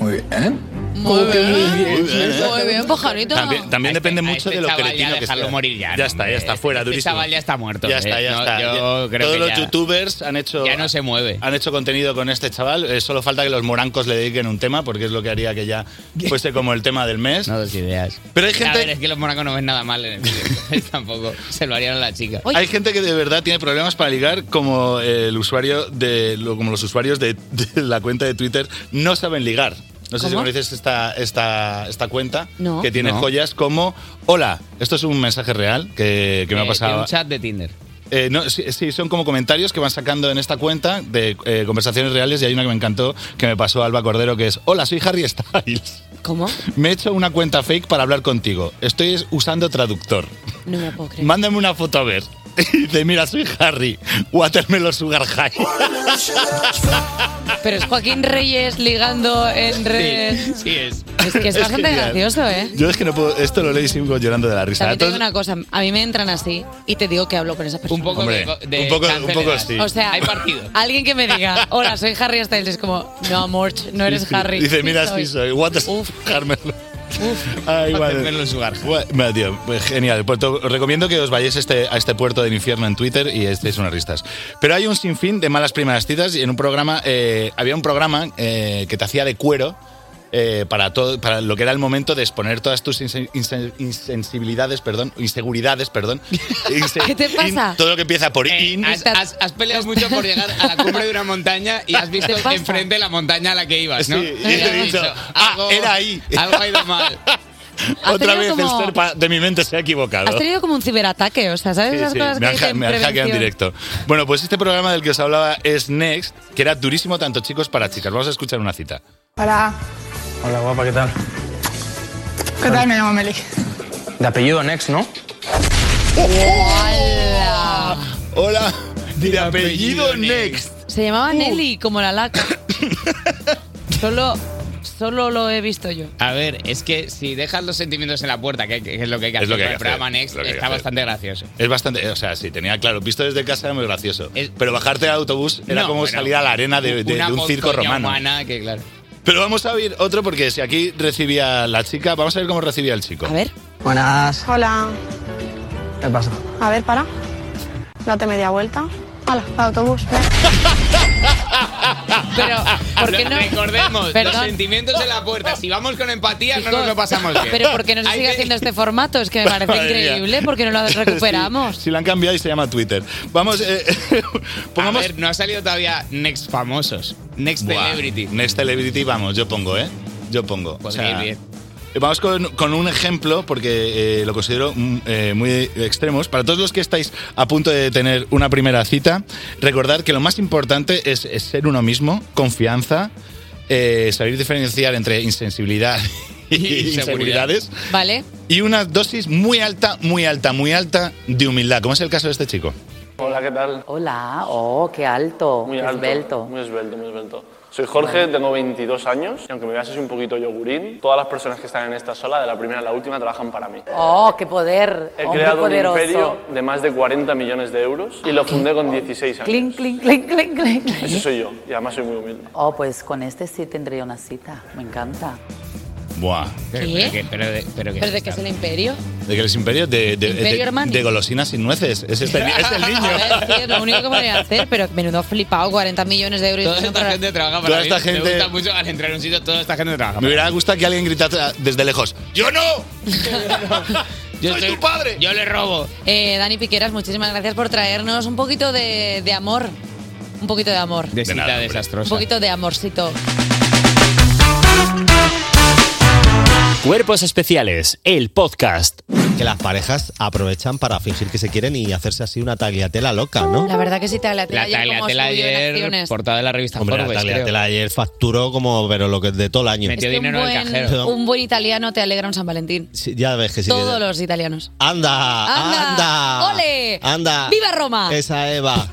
R: Muy bien.
C: Muy bien.
G: Muy bien, ¿eh?
C: Muy bien, pajarito.
G: También, también depende mucho
D: este
G: de lo
D: chaval ya
G: cretino que
D: dejarlo
G: sea.
D: morir ya,
G: Ya
D: ¿no?
G: está, ya está,
D: Este-
G: fuera,
D: este
G: durísimo.
D: chaval ya está muerto,
G: Ya
D: ¿eh?
G: está, ya
D: No,
G: está.
D: yo
G: Ya-
D: creo
G: Todos
D: que
G: los
D: ya-
G: youtubers han hecho...
D: ya no se mueve.
G: Han hecho contenido con este chaval. Eh, solo falta que los morancos le dediquen un tema, porque es lo que haría que ya fuese como el tema del mes. No
D: dos ideas.
G: Pero hay
D: A
G: gente...
D: ver, es que los monacos no ven nada mal en el vídeo. Tampoco se lo harían a la chica.
G: Hay gente que de verdad tiene problemas para ligar, como eh, el usuario de lo- como los usuarios de, de la cuenta de Twitter no saben ligar. No sé si
D: ¿Cómo?
G: conoces esta, esta, esta cuenta
D: No.
G: que tiene
D: No.
G: joyas como hola, esto es un mensaje real que, que me ha
D: Eh,
G: pasado.
D: de un chat de Tinder.
G: Eh, no, sí, sí, son como comentarios que van sacando en esta cuenta de eh, conversaciones reales y hay una que me encantó que me pasó Alba Cordero que es Hola, soy Harry Styles.
C: ¿Cómo?
G: Me he hecho una cuenta fake para hablar contigo. Estoy usando traductor.
C: No me puedo creer.
G: Mándame una foto a ver. Y dice, mira, soy Harry. Watermelon Sugar High.
C: Pero es Joaquín Reyes ligando en redes.
G: Sí, sí es.
C: Es que es,
G: Es
C: bastante
G: genial.
C: gracioso, ¿eh?
G: Yo es que no puedo... Esto lo leí y sigo llorando de la risa.
C: También te digo
G: Entonces-
C: una cosa, a mí me entran así y te digo que hablo con esa persona. Un
G: poco Hombre, de- de un poco- un poco cancelas. sí.
C: O sea,
G: Hay partido.
C: alguien que me diga, hola, soy Harry Styles, es como, no, amor, no eres Harry.
G: Dice, mira,
C: soy".
G: sí soy. Watermelon. Ay, Watermelon Sugar tío, pues genial. Pues te recomiendo que os vayáis a este, a este puerto del infierno en Twitter y estéis unas ristas. Pero hay un sinfín de malas primeras citas y en un programa, eh, había un programa eh, que te hacía de cuero. eh, para todo para lo que era el momento de exponer todas tus insen- insen- insensibilidades perdón inseguridades perdón Inse-
D: ¿Qué te pasa?
G: in- todo lo que empieza por in
D: Has, has- has peleado mucho por llegar a la cumbre de una montaña y has visto
G: ¿Te pasa?
D: enfrente la montaña a la que ibas, ¿no?
G: Sí, y he dicho,
D: ah, era ahí. Algo ha ido mal.
G: otra
C: tenido
G: vez
C: como-
G: el serpa de mi mente se ha equivocado
C: Has tenido como un ciberataque, o sea, ¿sabes
G: Sí,
C: esas
G: sí,
C: cosas
G: me
C: que
G: han ja-
C: dicen
G: me han hackeado en
C: prevención?
G: directo. Bueno, pues este programa del que os hablaba es Next, que era durísimo tanto chicos para chicas. Vamos a escuchar una cita.
M: Hola,
T: Hola guapa, ¿qué tal?
M: ¿qué tal? Me llamo Meli.
T: De apellido Next, ¿no?
M: ¡Hola!
G: Hola, de apellido Next.
C: O Se llamaba
G: Uh.
C: Nelly, como la laca. solo, solo lo he visto yo.
D: A ver, es que si dejas los sentimientos en la puerta, que, que es lo que hay que hacer
G: lo que hay
D: con el
G: que
D: programa
G: hacer,
D: Next,
G: lo que hay que
D: está
G: hacer.
D: bastante gracioso.
G: Es bastante, o sea, sí, tenía claro, visto desde casa era muy gracioso. Pero bajarte al autobús era
D: No,
G: como
D: bueno,
G: salir a la arena de, de-
D: una
G: de un circo
D: ponzoña
G: romano.
D: humana que, claro.
G: Pero vamos a ver otro porque si aquí recibía la chica, vamos a ver cómo recibía el chico. A ver.
T: Buenas.
M: Hola.
T: ¿Qué pasa?
M: A ver, para. Date media vuelta. Hala, al autobús. ven.
C: Pero, ¿por qué
D: Lo-
C: no?
D: Recordemos, los
C: Perdón.
D: sentimientos en la puerta. Si vamos con empatía, no nos lo pasamos bien.
C: Pero porque no se
D: Hay
C: sigue
D: que-
C: haciendo este formato, es que me parece
G: Madre mía.
C: increíble, porque no lo recuperamos.
G: Si la han cambiado y se llama Twitter. Vamos, eh, pongamos.
D: A ver, no ha salido todavía Next Famosos. Next Celebrity.
G: Next Celebrity, vamos, yo pongo, ¿eh? Yo pongo. O eh,
D: Podría ir bien.
G: Vamos con, con un ejemplo, porque eh, lo considero mm, eh, muy extremos. Para todos los que estáis a punto de tener una primera cita, recordad que lo más importante es, es ser uno mismo, confianza, eh, saber diferenciar entre insensibilidad y, inseguridades.
C: ¿Vale?
G: Y una dosis muy alta, muy alta, muy alta de humildad, como es el caso de este chico.
T: Hola, ¿qué tal? Hola, oh, qué alto, muy esbelto. Muy esbelto, muy esbelto. Soy Jorge, tengo 22 años y aunque me veas así un poquito yogurín, todas las personas que están en esta sola, de la primera a la última, trabajan para mí.
U: Oh, qué poder.
T: He
U: hombre
T: creado
U: poderoso.
T: un imperio de más de 40 millones de euros y lo fundé con 16 años.
U: Clink, clink, clink, clink, clink.
T: Eso soy yo y además soy muy humilde.
U: Oh, pues con este sí tendría una cita. Me encanta.
G: Buah.
C: ¿Qué?
G: Pero, de, pero,
C: ¿Pero de qué es el imperio?
G: De que eres imperio de, de,
C: Imperio
G: de-
C: Armani.
G: de golosinas sin nueces. Es este, ni- es el niño.
C: A ver, sí, es lo único que podría hacer, pero menudo flipado, 40 millones de euros.
D: Toda esta gente trabaja para
G: Toda
D: mí.
G: esta gente-
D: Me gusta mucho al entrar en un sitio, toda esta gente trabaja.
G: Me hubiera gustado que alguien gritara desde lejos. ¡Yo no!
D: Yo soy tu padre. Yo le robo.
C: Eh, Dani Piqueras, muchísimas gracias por traernos un poquito de, de amor. Un poquito de amor.
D: De cita
C: Un
D: desastrosa.
C: poquito de amorcito.
A: Cuerpos especiales, el podcast.
V: Que las parejas aprovechan para fingir que se quieren y hacerse así una tagliatela loca, ¿no?
C: La verdad que sí, te la
D: La tagliatela ayer, pues, portada de la revista
V: Hombre, la
D: Forbes, creo.
V: tagliatela ayer facturó como, pero lo que de todo el año.
D: Metió dinero
C: buen- un buen italiano te alegra un San Valentín.
V: Sí, ya ves que sí.
C: Todos
V: que-
C: los italianos.
V: Anda,
D: Ah,
C: Anda,
V: anda.
C: ole.
V: Anda.
C: ¡Viva Roma!
V: Esa Eva.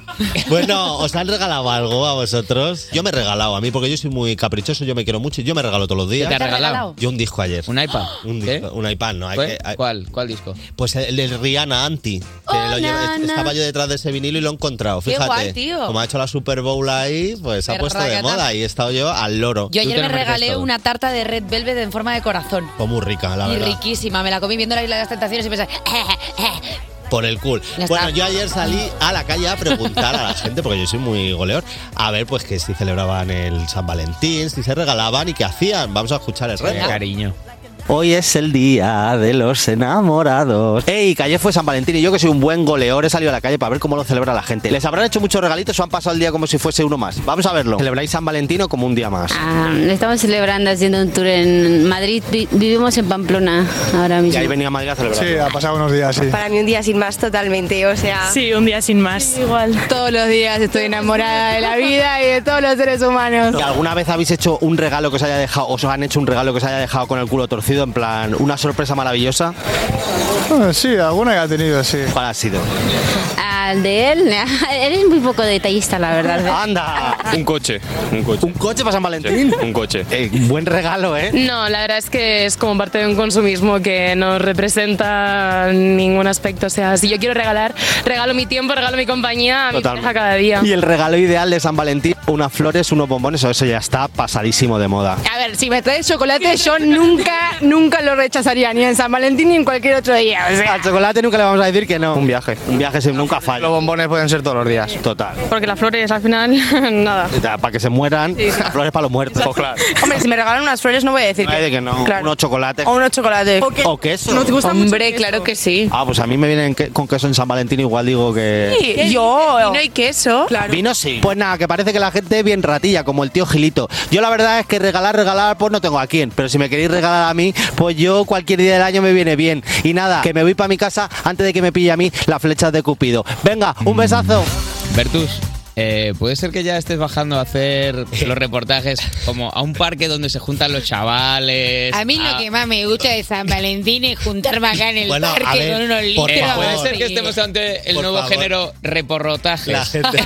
V: Bueno, ¿os han regalado algo a vosotros? Yo me he regalado a mí porque yo soy muy caprichoso, yo me quiero mucho y yo me regalo todos los días.
D: ¿Qué te has ¿Te has regalado? regalado?
V: Yo un disco ayer. ¿Un iPad? Un, disco, un iPad, no. Hay que, hay-
D: ¿Cuál? ¿Cuál disco?
V: Pues el de Rihanna Anti. que lo llevo-
D: na, na.
V: estaba yo detrás de ese vinilo y lo he encontrado.
C: Oh, Qué
V: Fíjate.
C: guay, tío.
V: Como ha hecho la Super Bowl ahí, pues se ha
C: Qué
V: puesto de
C: racata.
V: moda y he estado yo al loro.
C: Yo ayer me regalé una tarta de red velvet en forma de corazón.
V: Pues muy rica, la
C: y
V: verdad.
C: riquísima. Me la comí viendo la isla de las tentaciones y pensé. "Eh,
V: Por el cool.
C: Ya
V: Bueno,
C: está.
V: yo ayer salí a la calle a preguntar a la gente, porque yo soy muy goleor, a ver pues que si celebraban el San Valentín, si se regalaban y qué hacían. Vamos a escuchar el reto.
D: cariño.
V: Hoy es el día de los enamorados. Ey, que ayer fue San Valentín y yo que soy un buen goleador he salido a la calle para ver cómo lo celebra la gente. ¿Les habrán hecho muchos regalitos o han pasado el día como si fuese uno más? Vamos a verlo. ¿Celebráis San Valentín o como un día más?
W: estamos celebrando haciendo un tour en Madrid. Vi- vivimos en Pamplona ahora
V: Y
W: mismo.
V: ahí venía Madrid a celebrar.
X: Sí, ha pasado unos días, sí.
W: mí un día sin más totalmente, o sea...
X: Sí, un día sin más.
W: Igual.
X: Todos los días estoy enamorada de la vida y de todos los seres humanos.
V: ¿Y alguna vez habéis hecho un regalo que os haya dejado, os han hecho un regalo que os haya dejado con el culo torcido, en plan, una sorpresa maravillosa?
X: Ah, Sí, alguna que ha tenido, sí.
V: ¿Cuál ha sido?
W: Al de él, eres muy poco detallista, la verdad.
V: ¡Anda! Ah, Un coche, un coche. ¿Un coche para San Valentín? un coche. buen regalo, ¿eh?
X: No, la verdad es que es como parte de un consumismo que no representa ningún aspecto. O sea, si yo quiero regalar, regalo mi tiempo, regalo mi compañía a mi
V: Totalmente.
X: pareja cada día.
V: Y el regalo ideal de San Valentín, unas flores, unos bombones, o eso ya está pasadísimo de moda.
X: A ver, si me traes chocolate, yo nunca, nunca lo rechazaría, ni en San Valentín ni en cualquier otro día. O sea,
V: Al chocolate nunca le vamos a decir que no. Un viaje. Un viaje sin nunca falla. Los bombones pueden ser todos los días. Total.
X: porque las flores al final, nada.
V: Para que se mueran, las flores para los muertos. Pues claro.
X: Hombre, si me regalan unas flores no voy a decir
V: No hay de que no. Unos chocolates.
X: unos chocolates.
V: ¿O qué? ¿O queso?
X: ¿No te gusta
W: Hombre, claro que sí.
V: Ah, pues a mí me vienen que- con queso en San Valentín, igual digo que.
X: yo. Vino y queso.
V: Vino sí. Pues nada, que parece que la gente es bien ratilla, como el tío Gilito. Yo la verdad es que regalar, regalar, pues no tengo a quién. Pero si me queréis regalar a mí, pues yo cualquier día del año me viene bien. Y nada, que me voy para mi casa antes de que me pille a mí las flechas de Cupido. Venga, un besazo.
D: Vertus. Eh, Puede ser que ya estés bajando a hacer los reportajes como a un parque donde se juntan los chavales. Ah,
L: A mí
V: Ah.
L: lo
D: a-
L: que más me gusta de San Valentín es juntarme acá en el
D: Bueno, a
L: parque
D: ver,
L: con unos
D: por
L: litros.
D: favor. Puede ser que estemos ante el
L: Por
D: nuevo
L: favor.
D: género reporrotajes.
V: La gente.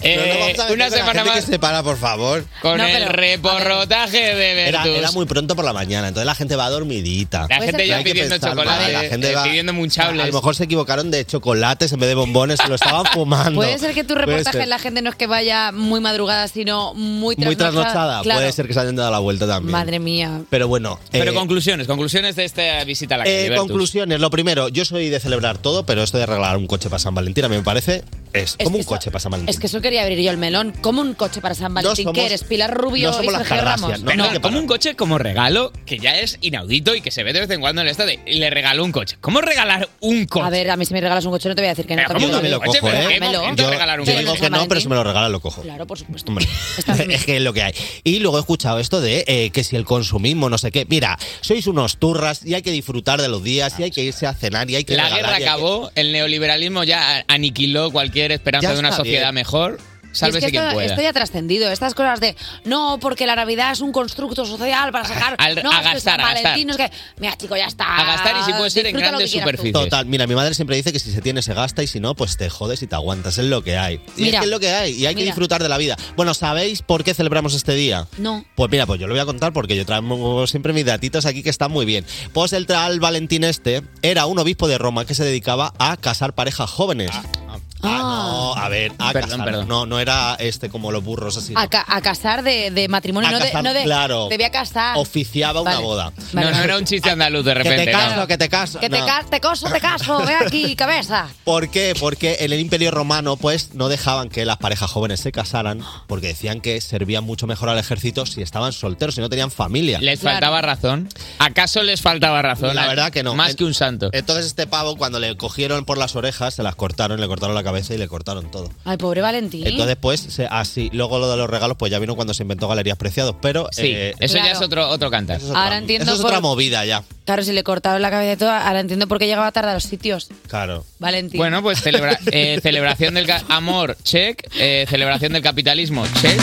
D: Eh,
V: Pero no vamos a meter
D: una
V: a la
D: semana
V: gente
D: más
V: Que se para, por favor.
D: con el reporrotaje de
V: Era,
D: Vertus.
V: era muy pronto por la mañana, entonces la gente va dormidita.
D: La gente ya
V: Hay que
D: pidiendo
V: pensar,
D: chocolate,
V: vale, la gente
D: eh,
V: va-
D: pidiendo munchables.
V: A lo mejor se equivocaron de chocolates en vez de bombones, se lo estaban fumando.
C: Puede ser que tu
V: Puede
C: reportaje
V: ser.
C: la gente no es que vaya muy madrugada, sino muy trasnochada.
V: Muy trasnochada,
C: Claro.
V: puede ser que se hayan dado la vuelta también.
C: Madre mía.
V: Pero bueno,
D: Pero
V: eh,
D: conclusiones, conclusiones de esta visita a la
V: eh,
D: calle Vertus.
V: conclusiones. Lo primero, yo soy de celebrar todo, pero esto de regalar un coche para San Valentín a mí me parece es, como un coche para San Valentín.
C: Es que eso quería abrir yo el melón. Como un coche para San Valentín.
V: somos-
C: ¿Qué eres? Pilar Rubio
V: no
C: y
V: somos las
C: Sergio
V: Kardashian,
C: Ramos.
V: no,
D: Perdón,
V: no, que
D: como un coche como regalo, que ya es inaudito y que se ve de vez en cuando en esto de le regaló un coche. ¿Cómo regalar un coche?
C: A ver, a mí si me regalas un coche no te voy a decir que no.
D: Pero ¿cómo
C: tampoco.
D: que no? Oye, pero ¿qué momento
V: ¿eh? Yo,
D: regalar un
V: yo
D: coche?
V: digo que no, pero si me lo regalan lo cojo.
C: Claro, por supuesto.
V: Pues, Hombre, es que es lo que hay. Y luego he escuchado esto de eh, que si el consumismo, no sé qué. Mira, sois unos turras y hay que disfrutar de los días y hay que irse a cenar y hay que
D: La
V: regalar
D: guerra
V: y hay que-
D: acabó, el neoliberalismo ya aniquiló cualquier esperanza
V: Ya
D: de una
V: está
D: sociedad
V: bien.
D: mejor. Sálvese
C: es que
D: quien
C: esto,
D: pueda.
C: esto ya ha trascendido. Estas cosas de no, porque la Navidad es un constructo social para sacar.
D: Al-
C: no,
D: a
C: es que
D: gastar,
C: San
D: a gastar.
C: Valentín, no es que. Mira, chico, ya está.
D: A gastar y si puede ser en
C: Disfruta lo
D: grandes
C: que quieras tú.
V: Total, mira, mi madre siempre dice que si se tiene se gasta y si no, pues te jodes y te aguantas, es lo que hay. Y
C: Mira.
V: es que es lo que hay y hay que
C: Mira.
V: disfrutar de la vida. Bueno, ¿sabéis por qué celebramos este día?
C: No.
V: Pues mira, pues yo lo voy a contar porque yo traigo siempre mis datitos aquí que están muy bien. Pues el tal Valentín este era un obispo de Roma que se dedicaba a casar parejas jóvenes.
D: Ah.
V: No, a ver, a
D: Perdón,
V: casar.
D: perdón.
V: No, no era este como los burros así.
C: A, ca- a casar de, de matrimonio,
V: A
C: no, de-
V: casar,
C: no de.
V: claro.
C: Debía casar.
V: Oficiaba una
C: ah, Vale.
V: boda.
D: No, no era un chiste andaluz de
V: Que te
D: repente. no.
V: caso, que te caso.
C: Que te,
V: no.
C: ca- te coso, te caso. Ve aquí, cabeza.
V: ¿Por qué? Porque en el Imperio Romano, pues, no dejaban que las parejas jóvenes se casaran, porque decían que servían mucho mejor al ejército si estaban solteros, si no tenían familia.
D: ¿Les faltaba razón? ¿Acaso les faltaba razón?
V: La verdad que no.
D: Más
V: En-
D: que un santo.
V: Entonces este pavo, cuando le cogieron por las orejas, se las cortaron, le cortaron la cabeza y le cortaron todo.
C: Ay, pobre Valentín.
V: Entonces, pues, se- así. Luego lo de los regalos, pues ya vino cuando se inventó Galerías Preciados, pero...
D: Sí, eso ya
C: Claro.
D: es otro, otro cantar.
V: es otra-
C: Ahora entiendo
V: eso es otra
C: por-
V: movida ya,
C: Claro, si le cortaron la cabeza y todo, ahora entiendo por qué llegaba tarde a los sitios.
V: claro.
C: Valentín.
D: Bueno, pues celebra- eh, celebración del ca- amor, check. Eh, celebración del capitalismo, check.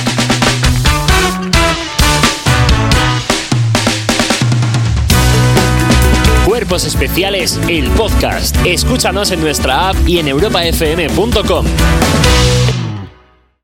A: Cuerpos Especiales, el podcast. Escúchanos en nuestra app y en europafm.com.